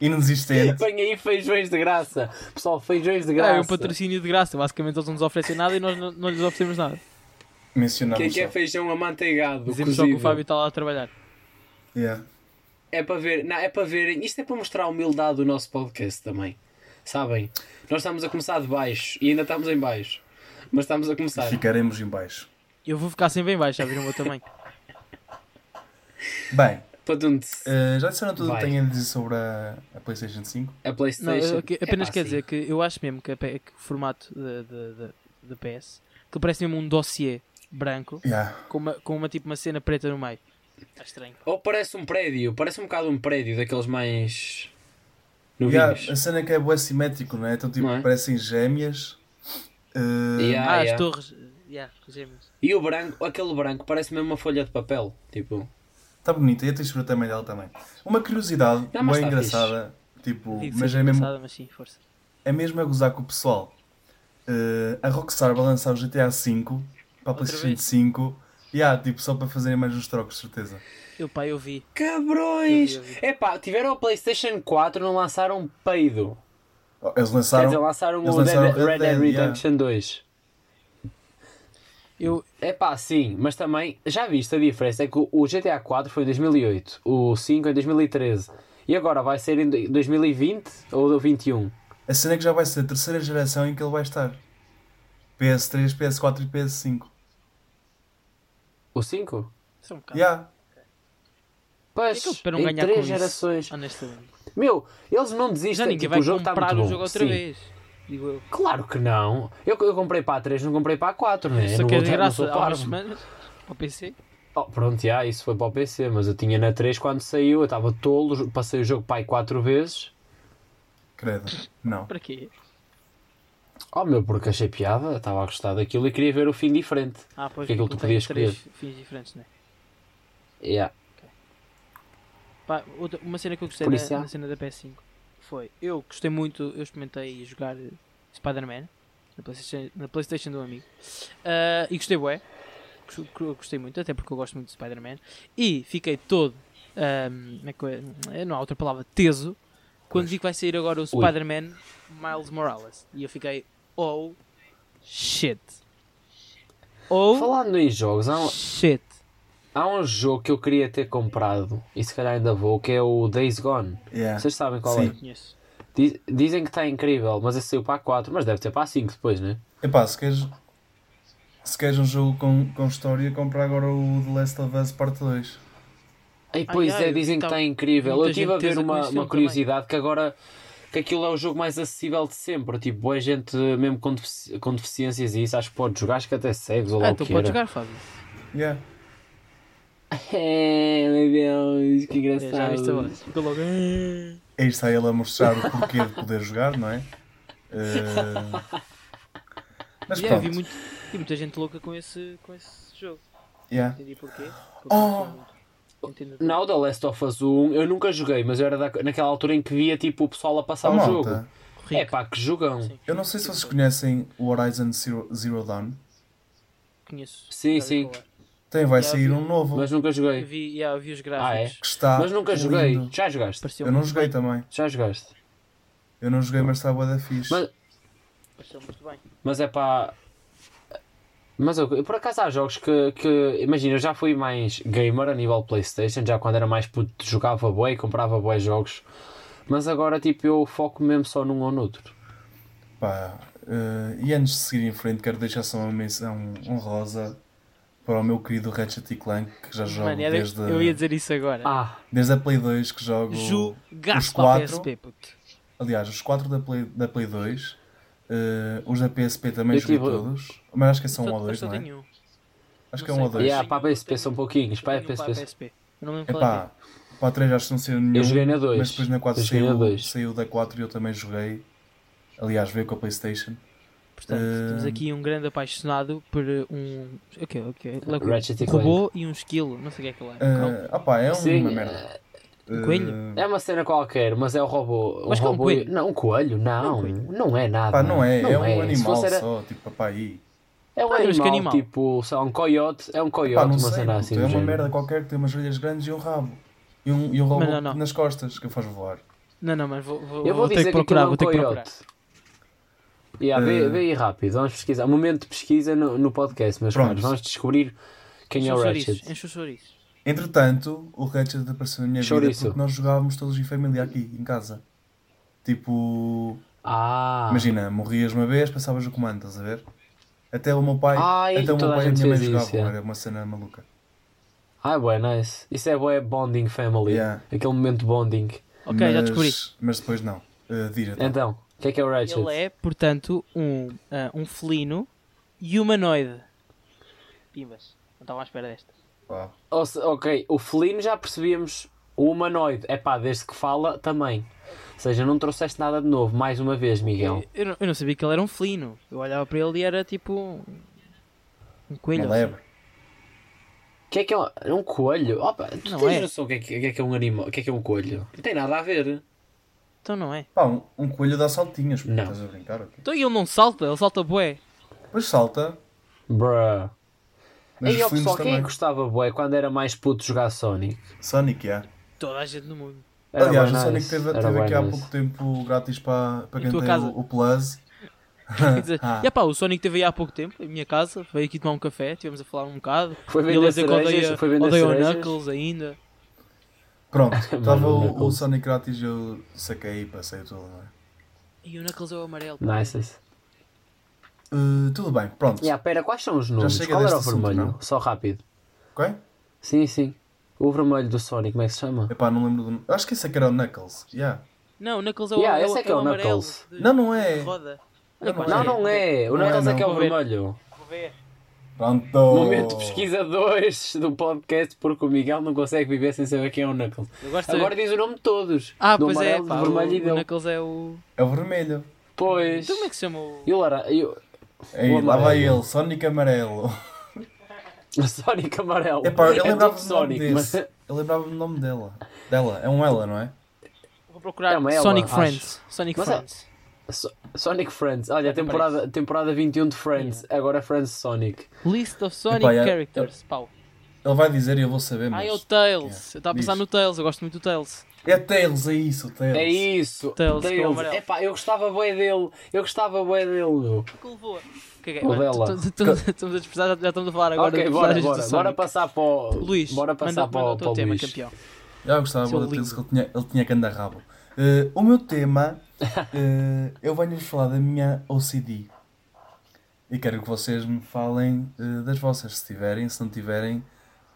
C: inexistente.
B: Põe aí feijões de graça. Pessoal, feijões de
A: Ah,
B: graça.
A: é um patrocínio de graça. Basicamente eles não nos oferecem nada e nós não, não lhes oferecemos nada.
C: Mencionamos.
B: Quem quer
C: só.
B: é feijão amanteigado?
A: Dizemos só que o
B: cozido?
A: Fábio está lá a trabalhar.
C: Yeah.
B: É para ver, não, é para verem. Isto é para mostrar a humildade do nosso podcast também. Sabem? Nós estamos a começar de baixo e ainda estamos em baixo. Mas estamos a começar.
C: Ficaremos em baixo.
A: Eu vou ficar sempre em baixo, já viram o meu tamanho.
C: Bem,
B: Padum-ts.
C: eh, já disseram tudo o que
B: Vai.
C: têm a dizer sobre a, a PlayStation 5?
B: A
A: Não,
B: Playstation. É assim.
A: eu, que- apenas
B: Epá,
A: quer
B: sim.
A: dizer que eu acho mesmo que, a P- que o formato da- da da- da PS que parece mesmo um dossiê branco
C: Yeah.
A: com uma, com uma tipo uma cena preta no meio.
B: É
A: Está estranho.
B: Ou parece um prédio, parece um bocado um prédio daqueles mais
C: Yeah,
B: novinhos.
C: a cena é que é bué simétrico, não é? Então, tipo,
B: Não é?
C: parecem gêmeas. eh,
B: Yeah,
A: Ah,
B: yeah.
A: as torres. Yeah, gêmeos.
B: E o branco, aquele branco parece mesmo uma folha de papel. Tipo,
C: Está tá bonita e a textura também dela também. Uma curiosidade
B: Ah, mas
C: bem
B: está
C: engraçada, tipo,
A: Digo
C: mas
A: seja
C: é mesmo,
A: engraçada, mas sim, força.
C: é mesmo a gozar com o pessoal. Eh, a Rockstar vai lançar o GTA V para a PlayStation
A: vez?
C: 5 e há, tipo, só para fazerem mais uns trocos, certeza.
A: Eu pá, eu vi.
B: cabrões!
A: Eu vi, eu
B: Epá, tiveram a PlayStation 4 não lançaram um peido.
C: Oh, Eles
B: Quer dizer,
C: lançaram.
B: lançaram
C: eles
B: o Dead-
C: lançaram Red
B: Red Dead
C: Dead, yeah.
B: Redemption 2.
A: Eu,
B: É pá, sim, mas também já viste a diferença? É que o- o GTA 4 foi em 2008, o 5 em 2013 e agora vai ser em do- 2020 ou 2021.
C: A cena é que já vai ser a terceira geração em que ele vai estar: PS3, PS4 e PS5.
B: O 5?
A: só um bocado.
C: Yeah.
A: É
B: Pois,
A: que eles esperam
B: em
A: ganhar com
B: três
A: isso,
B: gerações.
A: Honestamente.
B: Meu, eles não
A: Já
B: desistem.
A: ninguém
B: tipo,
A: vai
B: o jogo está
A: comprar
B: muito
A: o
B: bom.
A: jogo outra
B: Sim.
A: vez. Digo eu.
B: Claro que não. Eu, eu comprei para a 3, não comprei para a 4, né?
A: Só
B: não
A: que
B: vou
A: é
B: ter-
A: de
B: não
A: graça
B: sou
A: há umas
B: parvo.
A: semanas. Ao PC.
B: Oh, pronto, já, isso foi para o PC, mas eu tinha na 3 quando saiu, eu estava tolo, passei o jogo pai 4 vezes.
C: Credo. Não.
A: Para quê?
B: Oh meu, porque achei piada, estava a gostar daquilo e queria ver o fim diferente.
A: Ah, pois
B: Porque
A: aquilo
B: aquilo é tu
A: tem
B: podias
A: três fins diferentes, né?
B: Yeah.
A: Pá, outra- uma cena que eu gostei
B: Por
A: na,
B: isso há.
A: na cena da PS5 foi. Eu gostei muito, eu experimentei jogar eh, Spider-Man na PlayStation, na PlayStation de um amigo Ah, e gostei, bué. Gost- go- Gostei muito, até porque eu gosto muito de Spider-Man. E fiquei todo. ahm, como é que eu- eh, não há outra palavra, teso. Quando vi que vai sair agora o Spider-Man Miles Morales. E eu fiquei, oh shit. Oh
B: Falando em jogos, há um,
A: shit.
B: há um jogo que eu queria ter comprado e se calhar ainda vou, que é o Days Gone.
C: Yeah.
B: Vocês sabem qual é?
C: Sim.
A: Conheço.
B: Diz- dizem que está incrível, mas esse saiu para a 4, mas deve ter para a 5 depois, né?
C: Epá, se queres, se queres um jogo com, com história, compra agora o The Last of Us Parte 2.
B: Ai, pois
A: ai,
B: é, dizem que
A: então,
B: está incrível. Eu
A: muita
B: estive a
A: gente um
B: ver
A: tesa com
B: uma,
A: esse
B: uma
A: filme
B: curiosidade que agora que aquilo é o jogo mais acessível de sempre. Tipo, boa gente mesmo com, defici- com deficiências e isso, acho que pode jogar, acho que até cegos ou lá
A: Ah,
B: o
A: então
B: que
A: pode
B: era.
A: jogar, Fábio.
C: Yeah.
B: É, meu Deus, que
A: É, já viste a
B: engraçado.
A: voz? Ficou logo. "Ah".
C: Aí está ele a mostrar o porquê de poder jogar, não é? Eh, Mas
A: E é, vi,
C: pronto.
A: muito, vi muita gente louca com esse, com esse jogo.
C: Yeah.
A: Entendi porquê. Porque eu
C: Oh!
A: muito- Entendo o
B: Não, The Last of Us 1, eu nunca joguei, mas eu era da- naquela altura em que via tipo o pessoal a passar
C: Oh,
A: um
B: o
C: malta,
B: jogo.
A: rico.
B: É pá, que jogão.
A: Sim.
C: eu não sei se vocês conhecem o Horizon Zero, Zero Dawn.
A: Conheço.
B: Sim,
A: Já ouvi
B: sim.
A: falar.
C: Tem, vai
A: Já
C: sair
A: vi.
C: um novo
B: Mas nunca
A: Eu
B: joguei.
A: vi, yeah, eu vi os
B: Ah, é?
A: gráficos.
C: que está.
B: Mas nunca joguei.
C: lindo.
B: Já jogaste?
A: Pareceu
C: Eu não joguei também.
B: Já jogaste.
C: Eu não joguei, mas está boa da fixe.
B: Mas-
A: Pareceu muito bem.
B: Mas é pá. Mas eu, eu, por acaso há jogos que, que. Imagina, eu já fui mais gamer a nível PlayStation, já quando era mais puto jogava bué e comprava bué jogos. Mas agora tipo eu foco mesmo só num ou noutro.
C: Pá, eh, e antes de seguir em frente, quero deixar só uma menção honrosa para o meu querido Ratchet e Clank, que já jogo
A: Mano, era-
C: desde,
A: eu ia dizer isso
C: É.
A: agora.
B: Ah,
C: desde a Play 2, que jogo...
A: Jogaço
C: os
A: para a
C: quatro.
A: PSP, puto.
C: Aliás, os 4 da Play, da Play 2, eh, os da PSP também
B: Eu
C: joguei
B: tive-
C: todos, mas acho que é só um
A: Só-
C: ou dois,
A: só
C: não é?
A: tenho um.
C: Acho que é
A: Não
C: um ou
A: sei.
C: dois.
B: yeah, para a PSP são pouquinhos. Para a
A: Tenho um
B: PSP.
A: PSP. Eu não lembro qual é.
C: Epá, para a 3 acho que não saiu nenhum.
B: joguei na dois.
C: Mas depois na 4
B: Eu joguei na
C: saiu,
B: dois.
C: saiu da 4 e eu também joguei. Aliás, veio com a Playstation.
A: é, Portanto,
C: Eh,
A: temos aqui um grande apaixonado por um. Ok, ok. Lá com-
B: Ratchet e
A: um robô e um esquilo. Não sei o que é que ele é. Um cão.
C: Ah pá, é uma
B: Sim,
C: merda. Eh,
A: coelho?
B: é uma cena qualquer, mas é o robô. Um
A: Mas que é um
B: robô
A: coelho.
B: Não, um coelho,
A: É um
B: não.
A: coelho.
B: Não é nada.
C: Pá, não é,
B: Não
C: é um
B: Se
C: animal
B: fosse era-
C: só, tipo, papá aí.
B: É um
A: Ah, mas que
B: animal,
A: animal?
B: tipo, sei lá, um coiote. É um coiote,
C: Pá, não
B: uma
C: sei,
B: cena assim.
C: puto, é
B: do
C: uma
B: género.
C: merda qualquer que tem umas orelhas grandes e um rabo. E um, e um robô
A: Mas não, não.
C: nas costas que o faz voar.
A: Não, não, mas vou, vou,
B: Eu vou,
A: ter
B: dizer
A: que
B: que,
A: procurar.
B: aquilo
A: Vou ter que
B: é um
A: procurar.
B: coiote. Yeah, vê,
C: Eh.
B: vê aí rápido, vamos pesquisar. Um Momento de pesquisa no, no podcast, meus
C: Pronto.
B: caros. Vamos descobrir quem
A: Enche
B: é o
A: os chouriços.
B: Ratchet.
A: Enche os chouriços.
C: Entretanto, o Ratchet apareceu na minha
B: Chouriço.
C: vida porque nós jogávamos todos em família aqui, em casa. Tipo,
B: Ah,
C: imagina, morrias uma vez, passavas o comando, estás a ver? Até o meu pai,
B: Ai,
C: até o meu
B: toda a
C: pai e a
B: gente
C: minha mãe
B: fez
C: jogavam,
B: isso, é.
C: era uma cena maluca.
B: ah, bué, nice. Isso é bué bonding family.
C: Yeah.
B: Aquele momento bonding.
A: Ok, já descobri.
C: Mas- Mas depois não. Uh, diz então.
B: Então, o que é que é o Ratchet?
A: Ele é, portanto, um, ah, um felino humanoide. Pimbas. Não estava à espera desta.
B: É
C: Pá.
B: Ou se- ok, o felino já percebíamos. O humanoide, é pá, desde que fala também. Ou seja, não trouxeste nada de novo, mais uma vez, Miguel.
A: Eu, não, eu não sabia que ele era um felino. Eu olhava para ele e era tipo um, um coelho.
C: Uma
B: é-
C: lebre.
B: O que é que é um, é um coelho? Opa, tu
A: Não
B: tens
A: é.
B: noção o que é, que o que é que é um animal? O que é que é um coelho? Não tem nada a ver.
A: Então não é.
C: Pá, um, um coelho dá saltinhas, puto,
B: Não.
C: estás a brincar? ok?
A: Então ele não salta, ele salta bué.
C: Depois salta,
B: Bruh.
C: mas
B: Ei, ó,
C: os felinos
B: pessoal, quem é
C: também.
B: que gostava bué quando era mais puto jogar Sonic?
C: Sonic, é.
A: Toda a gente no mundo.
B: Era
C: Aliás, o
B: bué
C: Sonic
B: nice,
C: teve,
B: era
C: teve
B: bué
C: aqui há
B: nice.
C: pouco tempo grátis para, para
A: Em
C: quem
A: tua
C: tem
A: casa.
C: o, o Plus.
A: Quer dizer,
C: Ah.
A: e, pá, o Sonic teve aí há pouco tempo, em minha casa, veio aqui tomar um café, estivemos a falar um bocado.
B: Foi
A: E ele a
B: vender
A: dizer que
B: cerejas,
A: odeia,
B: foi vender
A: odeia o
B: cerejas.
A: Knuckles ainda.
C: Pronto, estava
B: Mano,
C: o, o
B: Knuckles.
C: Sonic grátis eu saquei e passei tudo, não é?
A: E o Knuckles é o amarelo.
B: Nice. esse.
C: Uh, tudo bem, pronto.
B: Yeah, pera, quais são os nomes?
C: chega
B: Qual era o
C: deste assunto,
B: vermelho?
C: não?
B: Só rápido.
C: Ok?
B: Sim, sim. O vermelho do Sonic, como é que se chama?
C: Epá, não lembro do nome. Acho que esse é que era o Knuckles. Yeah.
A: Não, o Knuckles é o,
B: Yeah,
A: é o-
B: esse é que
A: é
B: é
A: o
B: o
A: amarelo.
B: Knuckles.
A: de-
C: Não, não é.
A: de Roda.
C: Não, não
B: Não, não é. O
C: Não é,
B: Knuckles é que é o
A: não.
B: vermelho.
A: Vou ver.
C: Pronto.
B: Momento de pesquisa 2 do podcast, porque o Miguel não consegue viver sem saber quem é o Knuckles.
A: Eu gosto de-
B: Agora diz o nome de todos.
A: Ah,
B: do
A: pois é,
B: amarelo,
A: pá,
B: do vermelho
A: o,
B: e
A: o
B: dele.
A: Knuckles é o...
C: É o vermelho.
B: Pois.
A: Então como é que se chama o...
B: E o laranja? E o...
C: Aí,
B: O
C: lá vai
B: amarelo.
C: ele, Sonic amarelo.
B: o Sonic amarelo.
C: Epá, eu
B: É do
C: lembrava-me do nome
B: Sonic, mas-
C: desse. Eu lembrava-me do nome dela. Dela, é um ela, não é?
A: Vou procurar
B: É uma ela,
A: Sonic
B: acho.
A: Friends. Sonic
B: Mas é-
A: Friends.
B: So- Sonic Friends,
A: É
B: olha, temporada, temporada 21 de Friends, agora Friends Sonic.
A: List of Sonic
C: Epá, é-
A: characters. Pau.
C: Ele vai dizer e eu vou saber,
A: Ah,
C: mas...
A: é o Tails.
C: Yeah.
A: Eu estava a pensar
C: Diz.
A: no Tails, eu gosto muito do Tails.
C: É Tails, é isso, Tails.
B: É isso!
A: Tails, que é o
B: Tails.
A: amarelo.
B: Epá, eu gostava bem dele, eu gostava bem dele. meu.
A: que levou? Caguei.
B: O
A: Olha,
B: dela.
A: tu- tu- tu- Estamos a desprezar, já estamos a falar agora
B: ok,
A: de
B: bora,
A: personagens
B: bora,
A: do
B: bora
A: Sonic.
B: passar para o
A: Luís,
B: bora passar
A: manda,
B: para,
A: manda
B: o-
A: o
B: para
A: teu
B: o
A: tema,
B: Luís.
A: campeão.
C: Eu gostava
A: Seu
C: muito
A: lindo.
C: Tails, que ele tinha, ele tinha que andar rabo. Eh, o meu tema, eh, eu venho-vos falar da minha OCD. E quero que vocês me falem eh, das vossas, se tiverem, se não tiverem,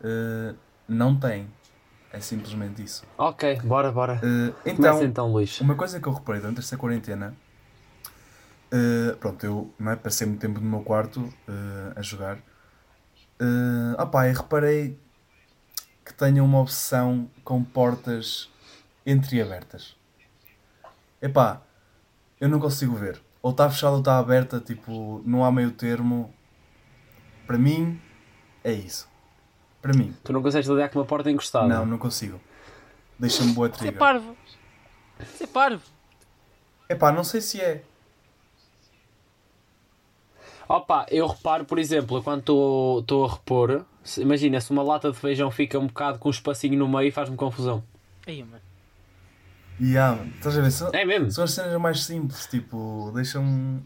C: eh, não têm. É simplesmente isso.
B: Ok, bora, bora.
C: Eh,
B: Começa
C: então,
B: então, Luís.
C: uma coisa que eu reparei durante esta quarentena, eh, pronto, eu não é, passei muito tempo no meu quarto eh, a jogar. ah pá, e Eh, reparei que tenha uma obsessão com portas entreabertas. Epá, eu não consigo ver. Ou está fechada ou está aberta, tipo, não há meio termo. Para mim, é isso. Para mim.
B: Tu não consegues lidar com uma porta encostada.
C: Não, não consigo. Deixa-me boa
A: Isso é
C: trigger.
A: parvo. Isso é parvo.
C: Epá, não sei se é.
B: Opa, eu reparo, por exemplo, quando estou- estou a repor, se- imagina se uma lata de feijão fica um bocado com um espacinho no meio, faz-me confusão.
A: Aí, mano.
C: E há, estás a ver? São,
B: É mesmo?
C: são as cenas mais simples, tipo, deixa-me.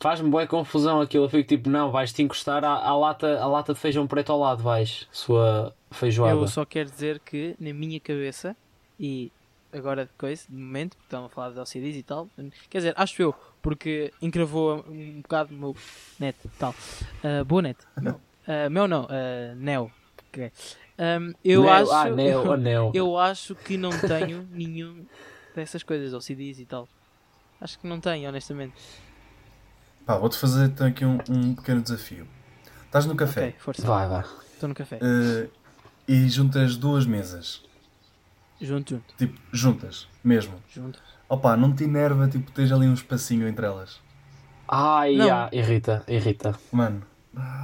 B: Faz-me boa confusão aquilo. Eu fico tipo, não, vais te encostar à, à lata, à lata de feijão preto ao lado, vais, sua feijoada.
A: Eu só quero dizer que na minha cabeça, e agora de coisa, de momento, porque estão a falar de LCDs e tal, quer dizer, acho eu, porque encravou um bocado o meu net e tal. Ah, boa net. Meu, Ah, meu não, ah, Neo. Ok. Ahm, eu
B: Neo,
A: acho.
B: Ah, Neo, oh, Neo.
A: Eu acho que não tenho nenhum dessas coisas, ou CDs e tal. Acho que não tenho, honestamente.
C: Pá, vou-te fazer então aqui um, um pequeno desafio. Estás no café
A: Ok, força.
B: Vai, vai.
A: Estou no café.
C: eh, e juntas duas mesas.
A: Junto, junto,
C: Tipo, juntas, mesmo.
A: junto.
C: Opa, não te enerva, tipo, tens ali um espacinho entre elas.
B: Ai,
A: Não.
B: ah, irrita, irrita.
C: Mano,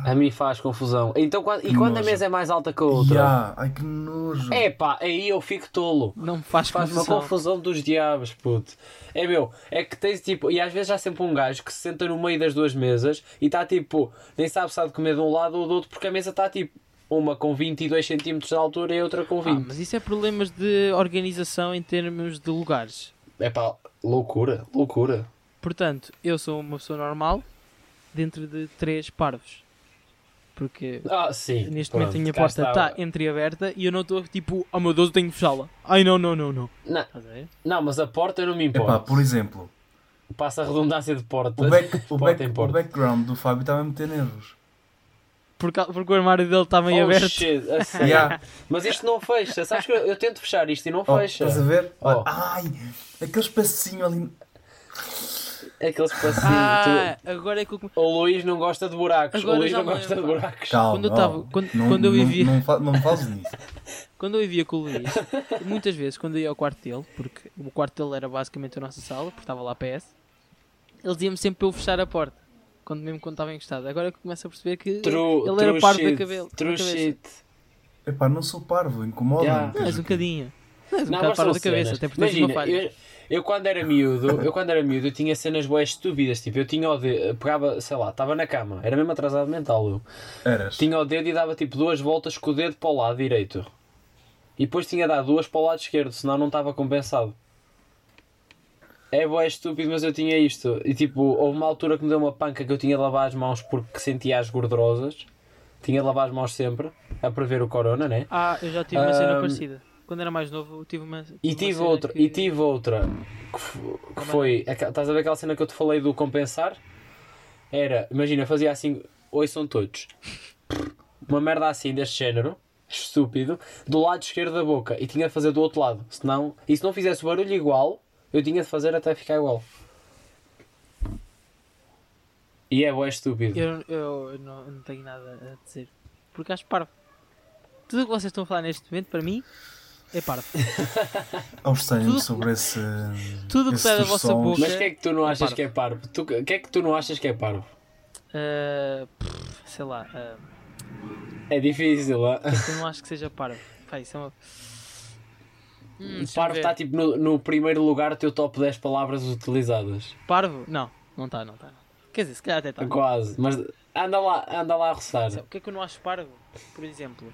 B: A mim faz confusão. Então, quando- e
C: Que
B: quando a
C: nojo.
B: mesa é mais alta que a
C: Outra.
B: outra?
C: ai que nojo.
A: É,
B: Epá, aí eu fico tolo.
A: Não me faz,
B: Faz uma
A: confusão.
B: confusão dos diabos, puto. É meu, é que tens tipo, e às vezes há sempre um gajo que se senta no meio das duas mesas e está tipo, nem sabe se há de comer de um lado ou do outro, porque a mesa está tipo, uma com 22 cm de altura e outra com
A: Ah,
B: 20.
A: mas isso é problemas de organização em termos de lugares.
B: É pá, loucura, loucura.
A: Portanto, eu sou uma pessoa normal dentro de três parvos. Porque
B: Ah, sim.
A: neste
B: pronto,
A: momento a minha
B: cá
A: porta tá
B: está.
A: está entreaberta e eu não estou tipo, oh meu Deus, eu tenho que fechá-la. Ai não, não, não, não.
B: Não,
A: Estás a ver?
B: não, mas a porta eu não me
C: Epá,
B: importa.
C: por exemplo,
B: Passa a redundância de porta.
C: o, back, o,
B: Porta
C: back-
B: em
C: o
B: porta.
C: background do Fábio estava a meter nervos.
A: Por cau- Porque, o armário dele está meio
B: Oh,
A: aberto.
B: shit, a sério.
C: Yeah.
B: Mas isto não fecha, sabes que eu, eu tento fechar isto e não
C: Oh,
B: fecha.
A: é.
C: estás a ver?
B: Oh.
C: Ai, aquele espacinho ali.
B: Aquele espacinho. tu-
A: Ah, agora é que eu come-
B: O Luís não gosta de buracos.
A: Agora
B: o Luís
A: já
B: não
A: me
B: gosta de
A: lembro.
B: buracos.
C: Calma,
A: Quando eu
C: oh.
A: tava- quando-
C: não,
A: quando eu
C: não-
A: vivia-
C: Não, fa- não me fales nisso.
A: Quando eu vivia com o Luís, muitas vezes quando eu ia ao quarto dele, porque o quarto dele era basicamente a nossa sala, porque estava lá PS, ele dizia-me sempre para eu fechar a porta, quando, mesmo quando estava encostado. Agora é que eu começo a perceber que
B: True,
A: ele era
B: true
A: parvo da
B: shit,
A: cabelo. da
B: True
A: cabeça.
B: shit.
C: Epá, não sou parvo, incomoda-me.
B: Yeah.
A: Não, és um bocadinho. Não, és um bocado
B: mas são
A: parvo da cabeça,
B: cenas.
A: até porque tens uma
B: Imagina,
A: falha.
B: eu, eu quando era miúdo, eu quando era miúdo, eu tinha cenas boas estúpidas. Tipo, eu tinha o dedo, pegava, sei lá, estava na cama, era mesmo atrasado mental. Eu.
C: Eras.
B: Tinha o dedo e dava tipo duas voltas com o dedo para o lado direito. E depois tinha dado duas para o lado esquerdo, senão não estava compensado. É boé estúpido, mas eu tinha isto. E tipo, houve uma altura que me deu uma panca que eu tinha de lavar as mãos porque sentia as gordurosas. Tinha de lavar as mãos sempre, a prever o corona, né?
A: Ah, eu já tive uma cena
B: Ahm,
A: parecida. Quando era mais novo, eu tive uma.
B: E
A: uma
B: tive
A: cena
B: outra,
A: que-
B: e tive outra, que, f- que foi, aqua- estás a ver aquela cena que eu te falei do compensar? Era, imagina, eu fazia assim, oi são todos. Uma merda assim deste género, estúpido, do lado esquerdo da boca e tinha de fazer do outro lado, senão, e se não fizesse o barulho igual, eu tinha de fazer até ficar igual. E é bué estúpido.
A: Eu, eu não, não tenho nada a dizer. Porque acho parvo. Tudo o que vocês estão a falar neste momento, para mim, é parvo.
C: Abstenho-me
A: Tudo-
C: sobre esse.
A: tudo que
C: esses
A: sai da vossa
C: sons.
A: boca.
B: Mas o que é que tu não achas
A: parvo.
B: que é parvo? Tu, o que é que tu não achas que é parvo?
A: Ah, pff, sei lá. ah,
B: É difícil, ah?
A: eu não acho que seja parvo. Pá, isso é uma. Hum,
B: O
A: deixa-me
B: Parvo
A: ver.
B: está tipo no, no primeiro lugar do teu top 10 palavras utilizadas.
A: Parvo? Não, não está, não está. Quer dizer, se calhar até está.
B: Quase. Mas anda lá, anda lá a roçar.
A: O que é que eu não acho parvo? Por exemplo,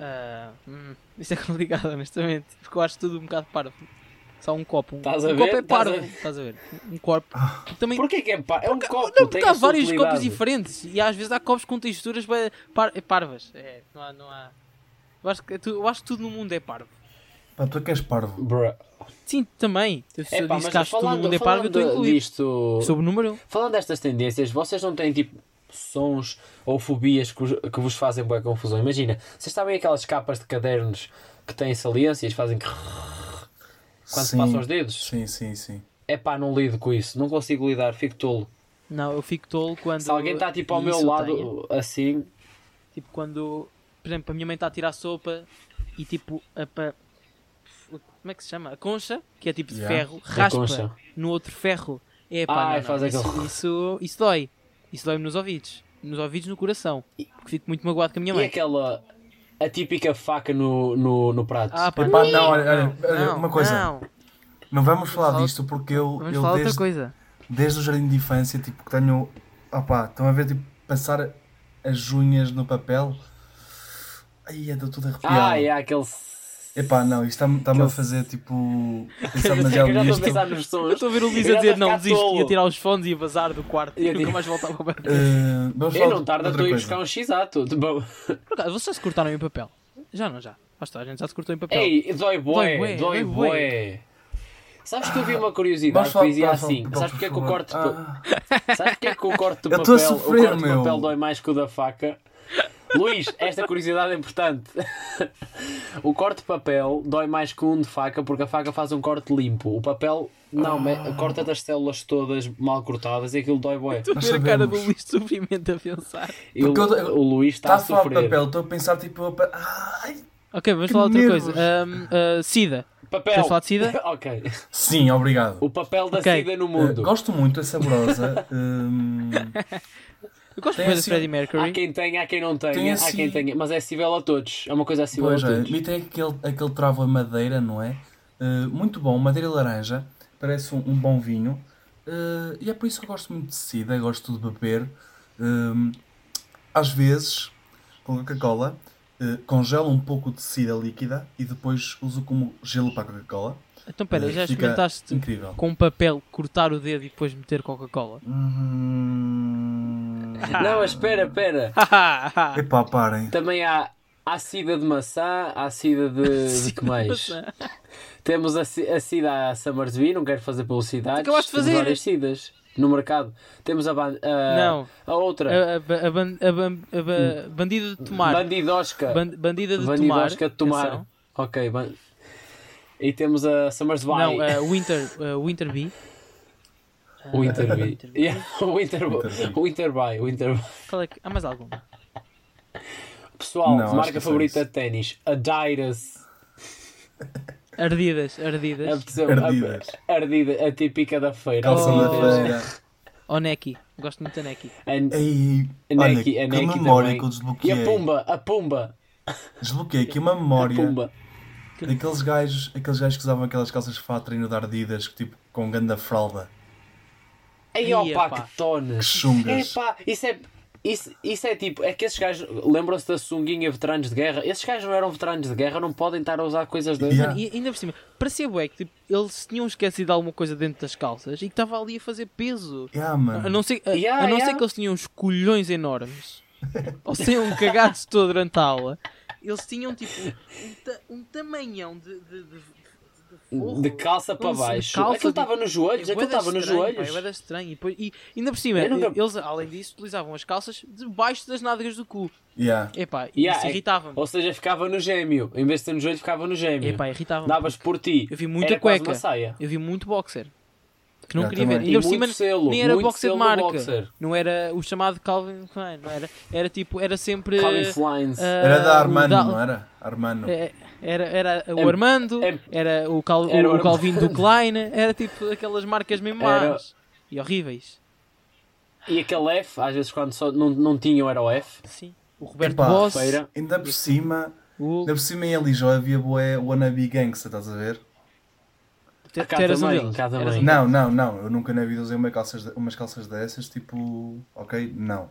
A: ah, hum, isto é complicado, honestamente, porque eu acho tudo um bocado parvo. Só um copo. Um,
B: Estás a
A: um
B: ver?
A: copo é
B: Estás a
A: parvo.
B: ver?
A: Estás a ver? Um copo. Também.
B: Porquê que é parvo? É um copo.
A: não,
B: tem
A: porque há
B: a sua
A: vários copos
B: utilidade.
A: diferentes e às vezes há copos com texturas bué par- parvas. É, não há. Não há... Eu, acho que, é tu- eu acho que tudo no mundo é parvo.
C: Pá, tu é que és parvo.
B: Bruh.
A: Sim, também. Eu, se eu
B: Epá,
A: disse
B: mas
A: que acho que tudo no
B: falando,
A: mundo é parvo, eu estou
B: falando
A: incluído.
B: disto,
A: Sobre o número 1.
B: falando destas tendências, vocês não têm tipo sons ou fobias que, os- que vos fazem boa confusão. Imagina, vocês sabem aquelas capas de cadernos que têm saliências, fazem que quando se
C: Sim.
B: passam os dedos?
C: Sim, sim, sim.
B: É pá, não lido com isso, não consigo lidar, fico tolo.
A: Não, eu fico tolo quando.
B: Se alguém está tipo ao
A: e
B: meu
A: isso eu
B: lado
A: tenho.
B: assim,
A: Tipo, quando, por exemplo, a minha mãe está a tirar tá sopa e tipo a pa- como é que se chama? A concha, que é tipo de
C: Yeah.
A: ferro,
B: A concha.
A: raspa no outro ferro. É pá,
B: Ai,
A: não,
B: faz
A: não, isso,
B: aquele-
A: isso, isso dói. Isso dói-me nos ouvidos. Nos ouvidos, no coração. Porque fico muito magoado com a minha
B: E é
A: mãe.
B: aquela. A típica faca no, no, no prato.
A: Ah, pá,
C: Epá, não, olha, olha, olha,
A: não,
C: uma coisa.
A: Não,
C: Não vamos falar
A: falar-
C: disto porque eu,
A: vamos
C: eu
A: falar outra
C: desde,
A: coisa.
C: desde o jardim de infância, tipo, que tenho. Opá, estão a ver, tipo, passar as unhas no papel. Ai, estou tudo arrepiado.
B: Ah, é aquele.
C: Epá, não, isto está-me está-me a
B: Aquele-
C: fazer tipo. Pensar
B: Eu já
C: demasiado
B: estou a
C: nisto.
B: pensar nos
A: Eu
B: sons.
A: estou a ver o Luís
B: Eu
A: a
B: já
A: dizer
B: estou a
A: não,
B: ficar
A: desisto. Ia
B: tolo.
A: tirar os fones e ia vazar do quarto.
B: Ia
A: Eu nunca
B: tirar-
A: mais voltava para o
C: Eh, vamos
B: Eu
C: falar
B: não tarda,
C: outra
B: estou a ir
C: coisa.
B: buscar um X-ato. de bom.
A: Por acaso, Tá, vocês já se cortaram em papel? Já não, já. Lá está, a gente já se cortou em papel.
B: Ei, dói
A: Dói bué,
B: bué,
A: dói
B: dói bué. Sabes que eu vi uma curiosidade
C: Vamos
B: que
C: falar
B: dizia
C: vamos falar de
B: assim:
C: papel,
B: Sabes
C: por
B: porque é que o
C: favor.
B: corte de papel.
C: Ah,
B: Sabes porque é que o corte de
C: Eu estou
B: papel,
C: a
B: o
C: sofrer,
B: corte de
C: meu.
B: papel dói mais que o da faca? Luís, esta curiosidade é importante. O corte de papel dói mais que um de faca porque a faca faz um corte limpo. O papel, não,
C: Ah.
B: me- corta das células todas mal cortadas e aquilo dói bué.
A: Estou a
C: Nós
A: ver a cara do
C: sabemos.
A: Luís de sofrimento a pensar.
B: E o,
C: Porque eu- eu-
B: o Luís está
C: Está
B: tá a
C: tá a falar de
B: sofrer.
C: papel, estou a pensar tipo. opa, Ai,
A: Ok, vamos
C: Que
A: falar outra
C: nervos.
A: coisa. Ahm, ah, Sida.
B: Papel.
A: Queres falar de sida?
B: ok.
C: sim, obrigado.
B: O papel da
A: Ok.
B: sida no
C: Eh,
B: mundo.
C: gosto muito, é saborosa. hum,
A: Eu gosto
C: Tem
A: muito de
C: assim-
A: Freddie Mercury.
B: Há quem tenha, há quem não tenha,
C: Tem
B: há
C: assim-
B: quem tenha, mas é acessível a todos. É uma coisa acessível
C: pois
B: a
C: é,
B: todos.
C: e tem aquele, aquele travo a madeira, não é? Eh, muito bom, madeira laranja, parece um, um bom vinho. Eh, e é por isso que eu gosto muito de sida, gosto de beber. Hum, às vezes, com Coca-Cola, eh, congelo um pouco de sida líquida e depois uso como gelo para a Coca-Cola.
A: Então pera,
C: Eh,
A: já
C: fica
A: experimentaste
C: Incrível.
A: com um papel cortar o dedo e depois meter Coca-Cola?
C: Hum...
B: Não, mas espera, espera.
A: Ah,
C: Epá, parem.
B: Também há há sida de maçã, há sida de, de que mais? Temos a, ci- a sida à Summersby, não quero fazer publicidade.
A: Acabaste de fazer.
B: Temos várias sidas no mercado. Temos a, ban- a,
A: Não.
B: a outra,
A: A, a, ba- a, ban- a ban- a ba- bandida de tomar.
B: bandidosca.
A: Ban- bandida de tomar.
B: bandidosca de tomar.
A: Atenção.
B: Ok, ban- e temos a Summersby.
A: Não, é a Winter, a Winter Bee.
B: O Winterby.
A: Winterby.
B: Yeah, o Winterby.
C: Winterby.
B: O Winterby. O Winterby.
A: Qual é que- Há mais alguma?
B: Pessoal,
C: Não, acho que é
B: marca
C: só
B: favorita
C: isso.
B: de ténis, Adidas.
A: Ardidas,
B: A,
A: ardidas.
C: Ardidas.
B: a, ardida, a típica da feira.
C: Calça
A: Oh.
C: da feira.
A: Ou Neki. Gosto muito da Neki.
B: A-
C: Ei, olha,
B: Neki- a
C: que
B: Neki
C: memória
B: também.
C: que eu desbloqueei.
B: E a Pumba, a Pumba,
C: Desbloqueei aqui uma
B: a
C: memória
B: Pumba.
C: daqueles gajos, aqueles gajos que usavam aquelas calças de fato treino de ardidas, que, tipo, com ganda fralda.
B: Aí,
A: Ia,
B: opá,
A: pá.
B: que tonas.
C: Que chungas.
B: Epá, isso é... Isso, isso é tipo, é que esses gajos lembram-se da sunguinha veteranos de guerra. Esses gajos não eram veteranos de guerra, não podem estar a usar coisas da.
C: Yeah.
A: E ainda por cima, parecia bué que tipo, eles tinham esquecido alguma coisa dentro das calças e que estava ali a fazer peso.
C: Yeah,
A: A
C: mano.
A: não ser, a,
B: Yeah,
A: a não
B: yeah.
A: ser que eles tinham uns colhões enormes ou saiam cagados todo durante a aula, eles tinham tipo um, ta- um tamanhão de. de, de- de forro.
B: De calça para
A: Não sei, de
B: baixo.
A: calça
B: aquilo
A: de-
B: estava nos
A: É
B: joelhos, aquilo
A: bué da
B: estava nos
A: estranho, pá, é
B: joelhos.
A: bué da estranho. E, depois- e ainda por cima,
B: Eu nunca-
A: eles além disso utilizavam as calças debaixo das nádegas do cu.
C: Yeah.
A: Epá,
B: Yeah,
A: isso
B: é-
A: irritava-me.
B: Ou seja, ficava no gêmeo. Em vez de ter no joelho, ficava no gêmeo.
A: Epá, irritava-me.
B: Davas por ti.
A: Eu vi muita
B: Era quase
A: cueca.
B: uma saia.
A: Eu vi muito boxer. Que não
C: Eu
A: queria
C: também.
A: ver.
B: E
A: Ainda por
B: muito
A: cima
B: selo,
A: nem era
B: muito
A: boxer de
B: selo no
A: marca.
B: boxer.
A: Não era o chamado Calvin Klein. Não era, era tipo, era sempre.
B: Calvin Flines.
A: ah,
C: Era da
A: o
C: Armando,
A: Dal-
C: não era? Armando.
A: É, Era, era o
B: É-
A: Armando,
B: é-
A: era o, Cal,
B: era
A: o,
B: o Armando.
A: Calvin do Klein, era tipo aquelas marcas mesmo
B: Era-
A: más e horríveis.
B: E aquele F, às vezes quando só não, não tinham era o F.
A: Sim. O Roberto
C: Epá,
A: Boss,
B: feira.
C: Ainda por cima,
A: o
C: ainda por cima em Alijó havia boé wannabe gangsta, estás a ver?
A: tu-
B: cá
A: tu eras um
B: também,
A: deles.
B: cá também.
A: Eras um-
C: Não, não, não. Eu nunca na vida usei uma calças de- umas calças dessas, tipo. Ok? Não.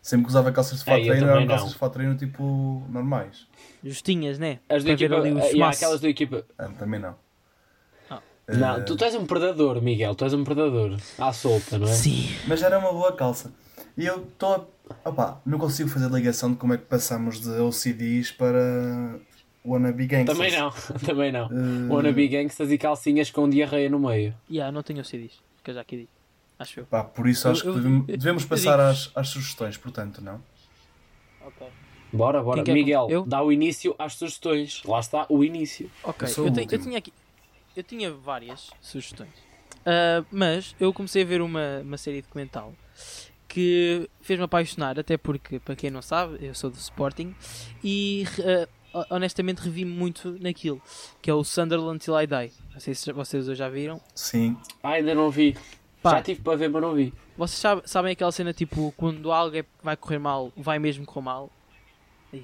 C: Sempre que usava calças de fato
B: É, eu
C: treino,
B: também
C: eram calças
B: não.
C: de fato treino, tipo, normais.
A: Justinhas, né?
B: As do
A: Para ver
B: equipa,
A: ali o
B: e há
A: chumaço.
B: aquelas do equipa.
C: Ah, também não.
A: Ah.
C: Eh,
B: Não, tu, tu és um predador, Miguel, tu és um predador. À solta, não é?
A: Sim.
C: Mas era uma boa calça. E eu estou. A... Opá, não consigo fazer ligação de como é que passamos de OCDs para Wannabe Gangsters.
B: Também não, também não.
C: Eh,
B: Wannabe gangsters e calcinhas com diarreia no meio.
A: Yeah, não tenho CDs, que eu já aqui digo. Acho eu.
C: Pá, por isso
A: Eu-
C: acho que
A: eu-
C: devemos,
A: eu-
C: devemos
A: eu
C: passar
A: digo-
C: às, às sugestões, portanto, não?
A: Ok.
B: Bora, bora.
A: Quem quer
B: Miguel,
A: com- eu?
B: dá o início às sugestões. Lá está o início.
A: Ok,
C: Eu
A: eu,
C: sou o
A: te- eu
C: último.
A: tinha aqui. Eu tinha várias sugestões. Ah, mas eu comecei a ver uma, uma série documental que fez-me apaixonar, até porque, para quem não sabe, eu sou do Sporting e ah, ho- honestamente revi-me muito naquilo, que é o Sunderland Till I Die. Não sei se vocês hoje já viram.
C: Sim.
B: Ah, ainda não vi.
A: Pá.
B: Já tive para ver, mas não vi.
A: Vocês sabe- sabem aquela cena tipo quando algo é- vai correr mal, vai mesmo correr mal?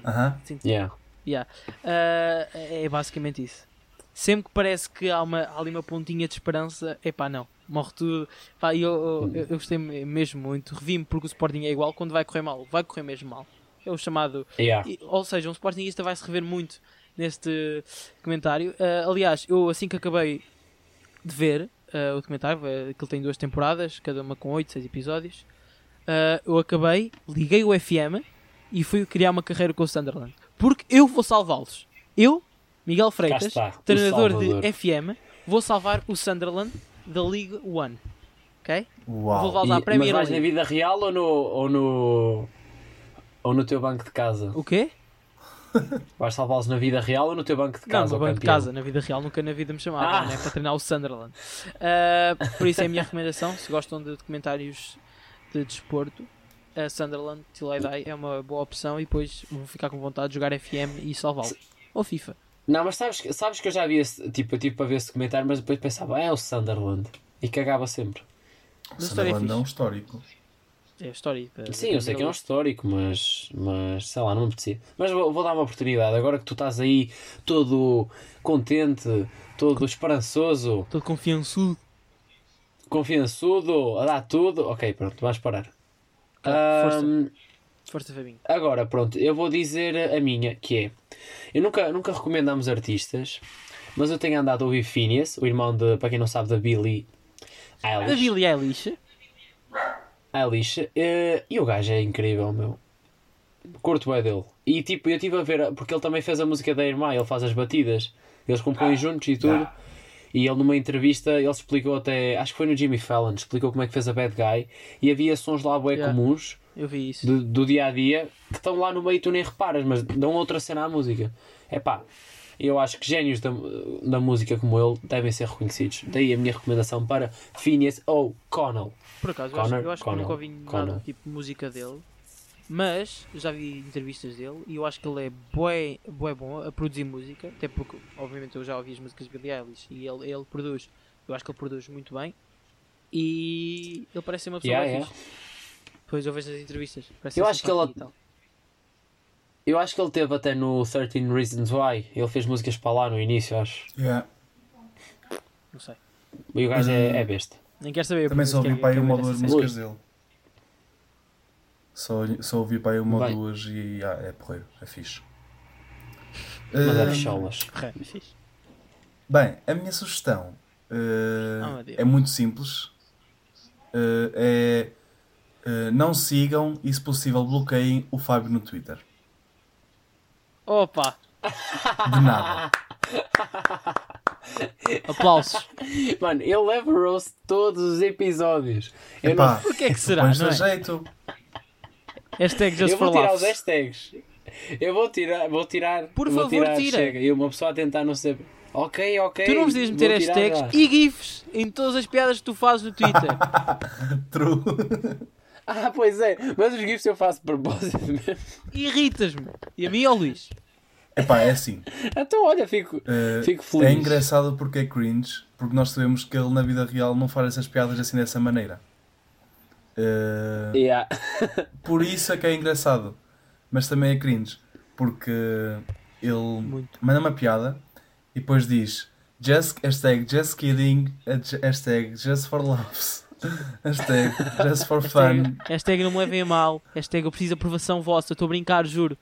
C: Aham.
A: Assim,
B: Yeah.
A: yeah. Ah, é basicamente isso. Sempre que parece que há, uma, há ali uma pontinha de esperança, epá, não, morre tudo. Pá, e eu, eu, eu, eu gostei mesmo muito, revi-me porque o Sporting é igual quando vai correr mal, vai correr mesmo mal. É o chamado
B: Yeah.
A: E, ou seja, um Sportingista vai se rever muito neste comentário. Ah, aliás, eu assim que acabei de ver ah, o documentário, eh, que ele tem duas temporadas, cada uma com 8, 6 episódios, ah, eu acabei, liguei o FM e fui criar uma carreira com o Sunderland. Porque eu vou salvá-los. Eu, Miguel Freitas,
B: está, o
A: treinador de
B: salvador.
A: FM, vou salvar o Sunderland da League One. Ok? Vou
C: Uau.
A: voltar à
B: E, mas
A: Premier
B: vais na
A: League.
B: vida real ou no, ou no. ou no teu banco de casa?
A: O quê?
B: Vais salvá-los na vida real ou no teu banco de casa?
A: não, no
B: ó
A: banco de
B: campeão?
A: casa, na vida real, nunca na vida me chamaram
B: Ah.
A: né, para treinar o Sunderland. Ah, por isso é a minha recomendação, se gostam de documentários de desporto, a Sunderland Till I Die é uma boa opção e depois vou ficar com vontade de jogar FM e salvá-lo. Ou FIFA.
B: Não, mas sabes, que- sabes que eu já vi esse. Tipo, eu tive para ver esse documentário, mas depois pensava, ah, é o Sunderland. E cagava sempre.
A: Mas a história é
C: Sunderland é um
A: fixe.
C: histórico.
A: É a história. da-
B: Sim,
A: da
B: eu sei que é um
A: Premier
B: histórico, mas, mas sei lá, não me apetecia. Mas vou, vou dar uma oportunidade. Agora que tu estás aí todo contente, todo esperançoso,
A: League. Todo confiançudo.
B: confiançudo, a dar tudo. Ok, pronto, vais parar.
A: Ah, força.
B: Ahm,
A: Força, Fabinho.
B: Agora, pronto, eu vou dizer a minha, que é. Eu nunca, nunca recomendamos artistas, mas eu tenho andado a ouvir Phineas, o irmão de, para quem não sabe, da Billie
A: A
B: Eilish.
A: Billie Eilish.
B: Eilish. Ah, eh, e o gajo é incrível, meu. Curto bem dele. E tipo, eu estive a ver, porque ele também fez a música da irmã, ele faz as batidas. Eles compõem juntos e tudo. E ele numa entrevista, ele explicou até, acho que foi no Jimmy Fallon, explicou como é que fez a Bad Guy. E havia sons lá bué
A: Yeah.
B: comuns,
A: Eu vi isso.
B: do, do dia a dia que estão lá no meio e tu nem reparas, mas dão outra cena à música. É pá, eu acho que génios da, da música como ele devem ser reconhecidos. Daí a minha recomendação para Phineas O'Connell.
A: Por acaso, eu acho-
B: Connor-
A: eu acho,
B: Connor-
A: que nunca ouvi nada
B: Connor.
A: tipo de música dele, mas já vi entrevistas dele e eu acho que ele é bué, bué bom a produzir música, até porque, obviamente, eu já ouvi as músicas de Billie Eilish e ele, ele produz, eu acho que ele produz muito bem e ele parece ser uma pessoa
B: Yeah,
A: bem
B: yeah.
A: fixe. Depois eu vejo as entrevistas, parece
B: Eu
A: ser
B: acho que ele-
A: simpático e tal.
B: Eu acho que ele teve até no 13 Reasons Why. Ele fez músicas para lá no início, acho.
C: Yeah.
A: Não sei,
B: E o gajo é, é besta.
A: nem quero saber.
C: Também
A: porque
C: só ouvi
A: quero-
C: para aí
A: quero
C: uma ou
A: ver
C: duas
A: essa
B: música.
C: músicas dele. Só, só ouvi para aí uma ou
B: Bem.
C: duas e ah, é porreiro, é fixe. Eh,
B: Mas é
C: Ahm,
B: fecholas.
A: cena. Ok, fixe.
C: Bem, a minha sugestão eh,
A: Oh, meu Deus.
C: é muito simples. Eh, é eh, não sigam e, se possível, bloqueiem o Fábio no Twitter.
A: Opa,
C: De nada.
A: aplausos.
B: Mano, ele leva roast todos os episódios. Eu, não,
C: Epá,
A: Porquê que será,
C: pões
A: não
C: a
A: é?
C: jeito.
A: Hashtag just
B: eu
A: for
B: vou tirar os
A: laughs.
B: hashtags. Eu vou tirar, vou tirar.
A: Por
B: vou
A: favor,
B: tirar,
A: tira.
B: Chega. E uma pessoa a tentar não saber. Ok, ok.
A: Tu não precisas
B: vou
A: meter
B: tirar
A: hashtags
B: já.
A: e GIFs em todas as piadas que tu fazes no Twitter.
C: True.
B: Ah, pois é. Mas os GIFs eu faço de propósito mesmo.
A: Irritas-me. E a mim ou Luís?
C: Epá, é assim.
B: Então, olha, fico,
C: eh,
B: fico feliz.
C: é engraçado porque é cringe. Porque nós sabemos que ele na vida real não faz essas piadas assim dessa maneira. Eh,
B: Yeah.
C: Por isso é que é engraçado. Mas também é cringe. Porque ele
A: Muito.
C: manda uma piada e depois diz just, hashtag just kidding, hashtag just for laughs, hashtag just for fun,
A: Hashtag não me levem a mal. Hashtag eu preciso de aprovação vossa. Estou a brincar, juro.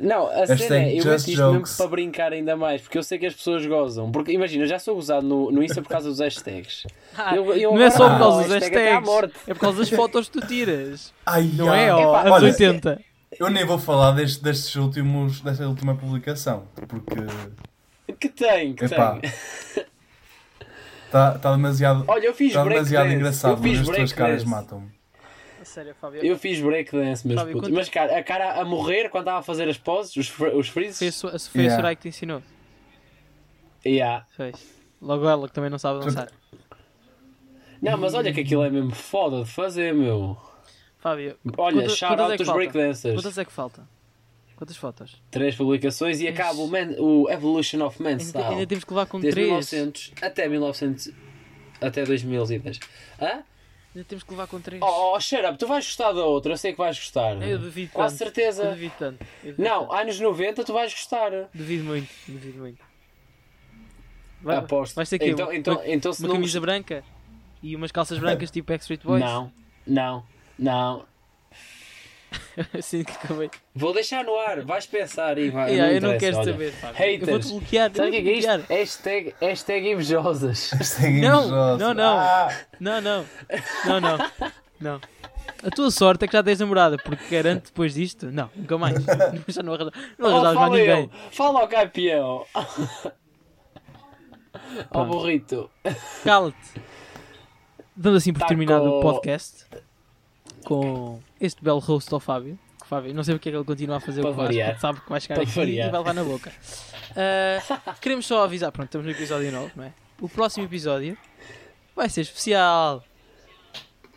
B: Não, a cena
C: Hashtag
B: é, eu
C: just
B: meto isto mesmo
C: jokes.
B: para brincar ainda mais, porque eu sei que as pessoas gozam. Porque imagina, eu já sou gozado no, no Insta por causa dos hashtags. Ah, Eu- eu
A: não é
B: agora
A: só por
B: vou
A: causa
B: ao
A: dos
B: hashtag até à
A: hashtags.
B: morte.
A: É por causa das fotos que tu tiras.
C: Ai,
A: Não é?
C: ai,
A: Ó,
B: Epá,
A: anos
C: olha,
A: 80.
C: eu nem vou falar deste, destes últimos, desta última publicação, porque
B: Que tem, que
C: epá,
B: tem.
C: está tá demasiado,
B: Olha, eu fiz
C: tá
B: breakdance.
C: demasiado engraçado,
B: eu fiz
C: mas as tuas
B: breakdance.
C: caras matam-me.
A: Sério, Fábio.
B: Eu fiz breakdance, meus
A: Fábio,
B: putos.
A: conta.
B: Mas cara, a cara a morrer quando estava a fazer as poses, os, fr- os
A: Foi a,
B: freezes.
A: Su- a Sofia
C: Yeah.
A: Soraya que te ensinou.
B: Yeah.
A: Fez. Logo ela que também não sabe dançar.
B: Não, mas olha que aquilo é mesmo foda de fazer, meu.
A: Fábio,
B: Olha,
A: quantas-
B: shout
A: quantas
B: out
A: é que
B: dos
A: falta?
B: breakdancers.
A: quantas é que falta? Quantas fotos?
B: Três publicações e acaba o, Man- o Evolution of Man's
A: Ainda,
B: Style.
A: ainda temos que levar com
B: Desde
A: 3.
B: 1900 até 1900. Até 2010. Hã?
A: Ainda temos que levar com 3.
B: Oh, oh, shut up, tu vais gostar da outra, eu sei que vais gostar.
A: Eu duvido
B: Com a
A: tanto. Eu
B: certeza.
A: duvido tanto. Eu duvido
B: Não,
A: tanto.
B: anos 90 tu vais gostar.
A: Duvido muito. Duvido muito. Vai,
B: Aposto.
A: Vais ter aqui
B: então,
A: uma,
B: então,
A: uma,
B: então se
A: uma
B: não.
A: camisa branca e umas calças brancas tipo Backstreet Boys.
B: Não, não, não.
A: assim que acabei.
B: Vou deixar no ar, vais pensar e vai.
A: Yeah, eu
B: me
A: não
B: interessa,
A: quero
B: olha.
A: saber. pá. Eu
B: Haters.
A: vou-te bloquear.
B: Sabe
A: eu
B: o que
A: vou-te
B: é, que é isto?
A: bloquear.
B: Hashtag, hashtag invejosas.
C: Hashtag
A: Não,
C: invejosa.
A: não, não.
C: Ah,
A: Não, não. Não, não. Não. A tua sorte é que já tens namorada, porque garanto depois disto. Não, nunca mais. Já não arrasa- não
B: Oh,
A: arrasavas mais
B: fala eu,
A: ninguém.
B: fala ao campeão. Ao burrito.
A: Cala-te. Dando assim por
B: Tá
A: terminado
B: com-
A: o podcast com este belo roast ao Fábio. Que Fábio, não sei porque é que ele continua a fazer
B: Para
A: o que faz,
B: variar.
A: porque sabe que vai chegar
B: Para
A: aqui
B: variar.
A: e vai levar na boca. Ah, queremos só avisar, pronto, estamos no episódio 9, não é? O próximo episódio vai ser especial.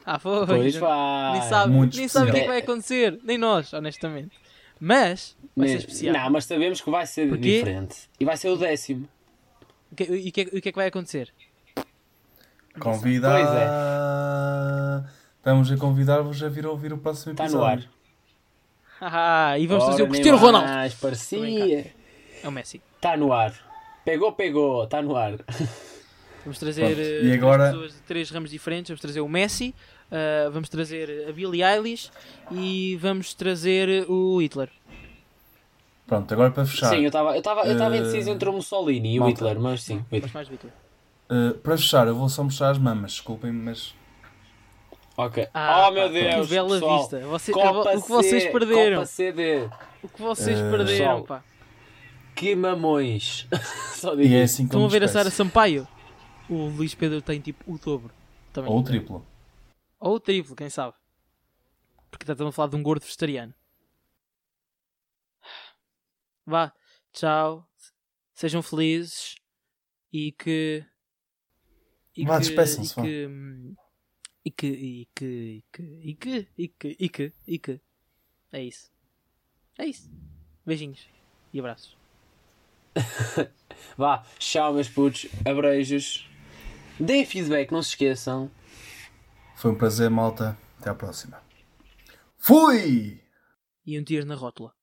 A: Ah, foi.
B: Pois
A: Não-
B: vai.
A: nem sabe,
C: muito
A: nem sabe o que é que vai
B: especial.
A: acontecer, nem nós, honestamente. Mas vai ser
B: Nem-
A: especial.
B: Né, Não, mas sabemos que vai ser
A: Porquê?
B: diferente. E vai ser o décimo.
A: O que- E o que, é- o que é que vai acontecer? é.
C: Convidar. Estamos a convidar-vos a vir ouvir o próximo
A: Tá
B: Está
C: episódio.
B: no ar.
A: Ah, e vamos fazer o
B: Ora, nem
A: Cristiano Ronaldo.
B: mais, parecia.
A: É o Messi.
B: Está no ar. Pegou, pegou. Está no ar.
A: Vamos trazer
C: Pronto,
A: eh,
C: e
A: três
C: agora-
A: pessoas de três ramos diferentes. Vamos trazer o Messi, eh, vamos trazer a Billie Eilish e vamos trazer o Hitler.
C: Pronto, agora para fechar.
B: Sim, eu estava eu tava, eu tava
C: Eh,
B: indeciso entre o Mussolini e o
C: malta.
B: Hitler, mas sim. o Hitler.
A: Mas mais do Hitler.
C: Uh, para fechar, eu vou só mostrar as mamas, desculpem-me, mas.
B: Ok.
A: Ah,
B: oh, meu
A: pá,
B: Deus.
A: que bela
B: pessoal.
A: vista. Você-
B: Copa
A: o que vocês
B: C,
A: perderam.
B: Copa CD.
A: O que vocês
C: Eh,
A: perderam,
B: pessoal,
A: pá?
B: Que mamões. Só digo
C: E é
B: isso.
C: assim que
A: Estão
C: eu
A: a
C: me
A: ver a Sara
C: despeço.
A: Sampaio? O Luís Pedro tem tipo o dobro. Também.
C: Ou o triplo.
A: Ou o triplo, quem sabe? Porque estamos a falar de um gordo vegetariano. Vá, tchau. Sejam felizes e que. E
C: Vá, despeçam-se, vá.
A: E que. E que. E que. E que. E que. E que. E que. É isso. É isso. Beijinhos e abraços.
B: Vá, tchau, meus putos. Abreijos. Deem feedback, não se esqueçam.
C: Foi um prazer, malta. Até à próxima. Fui!
A: E um tiro na rótula.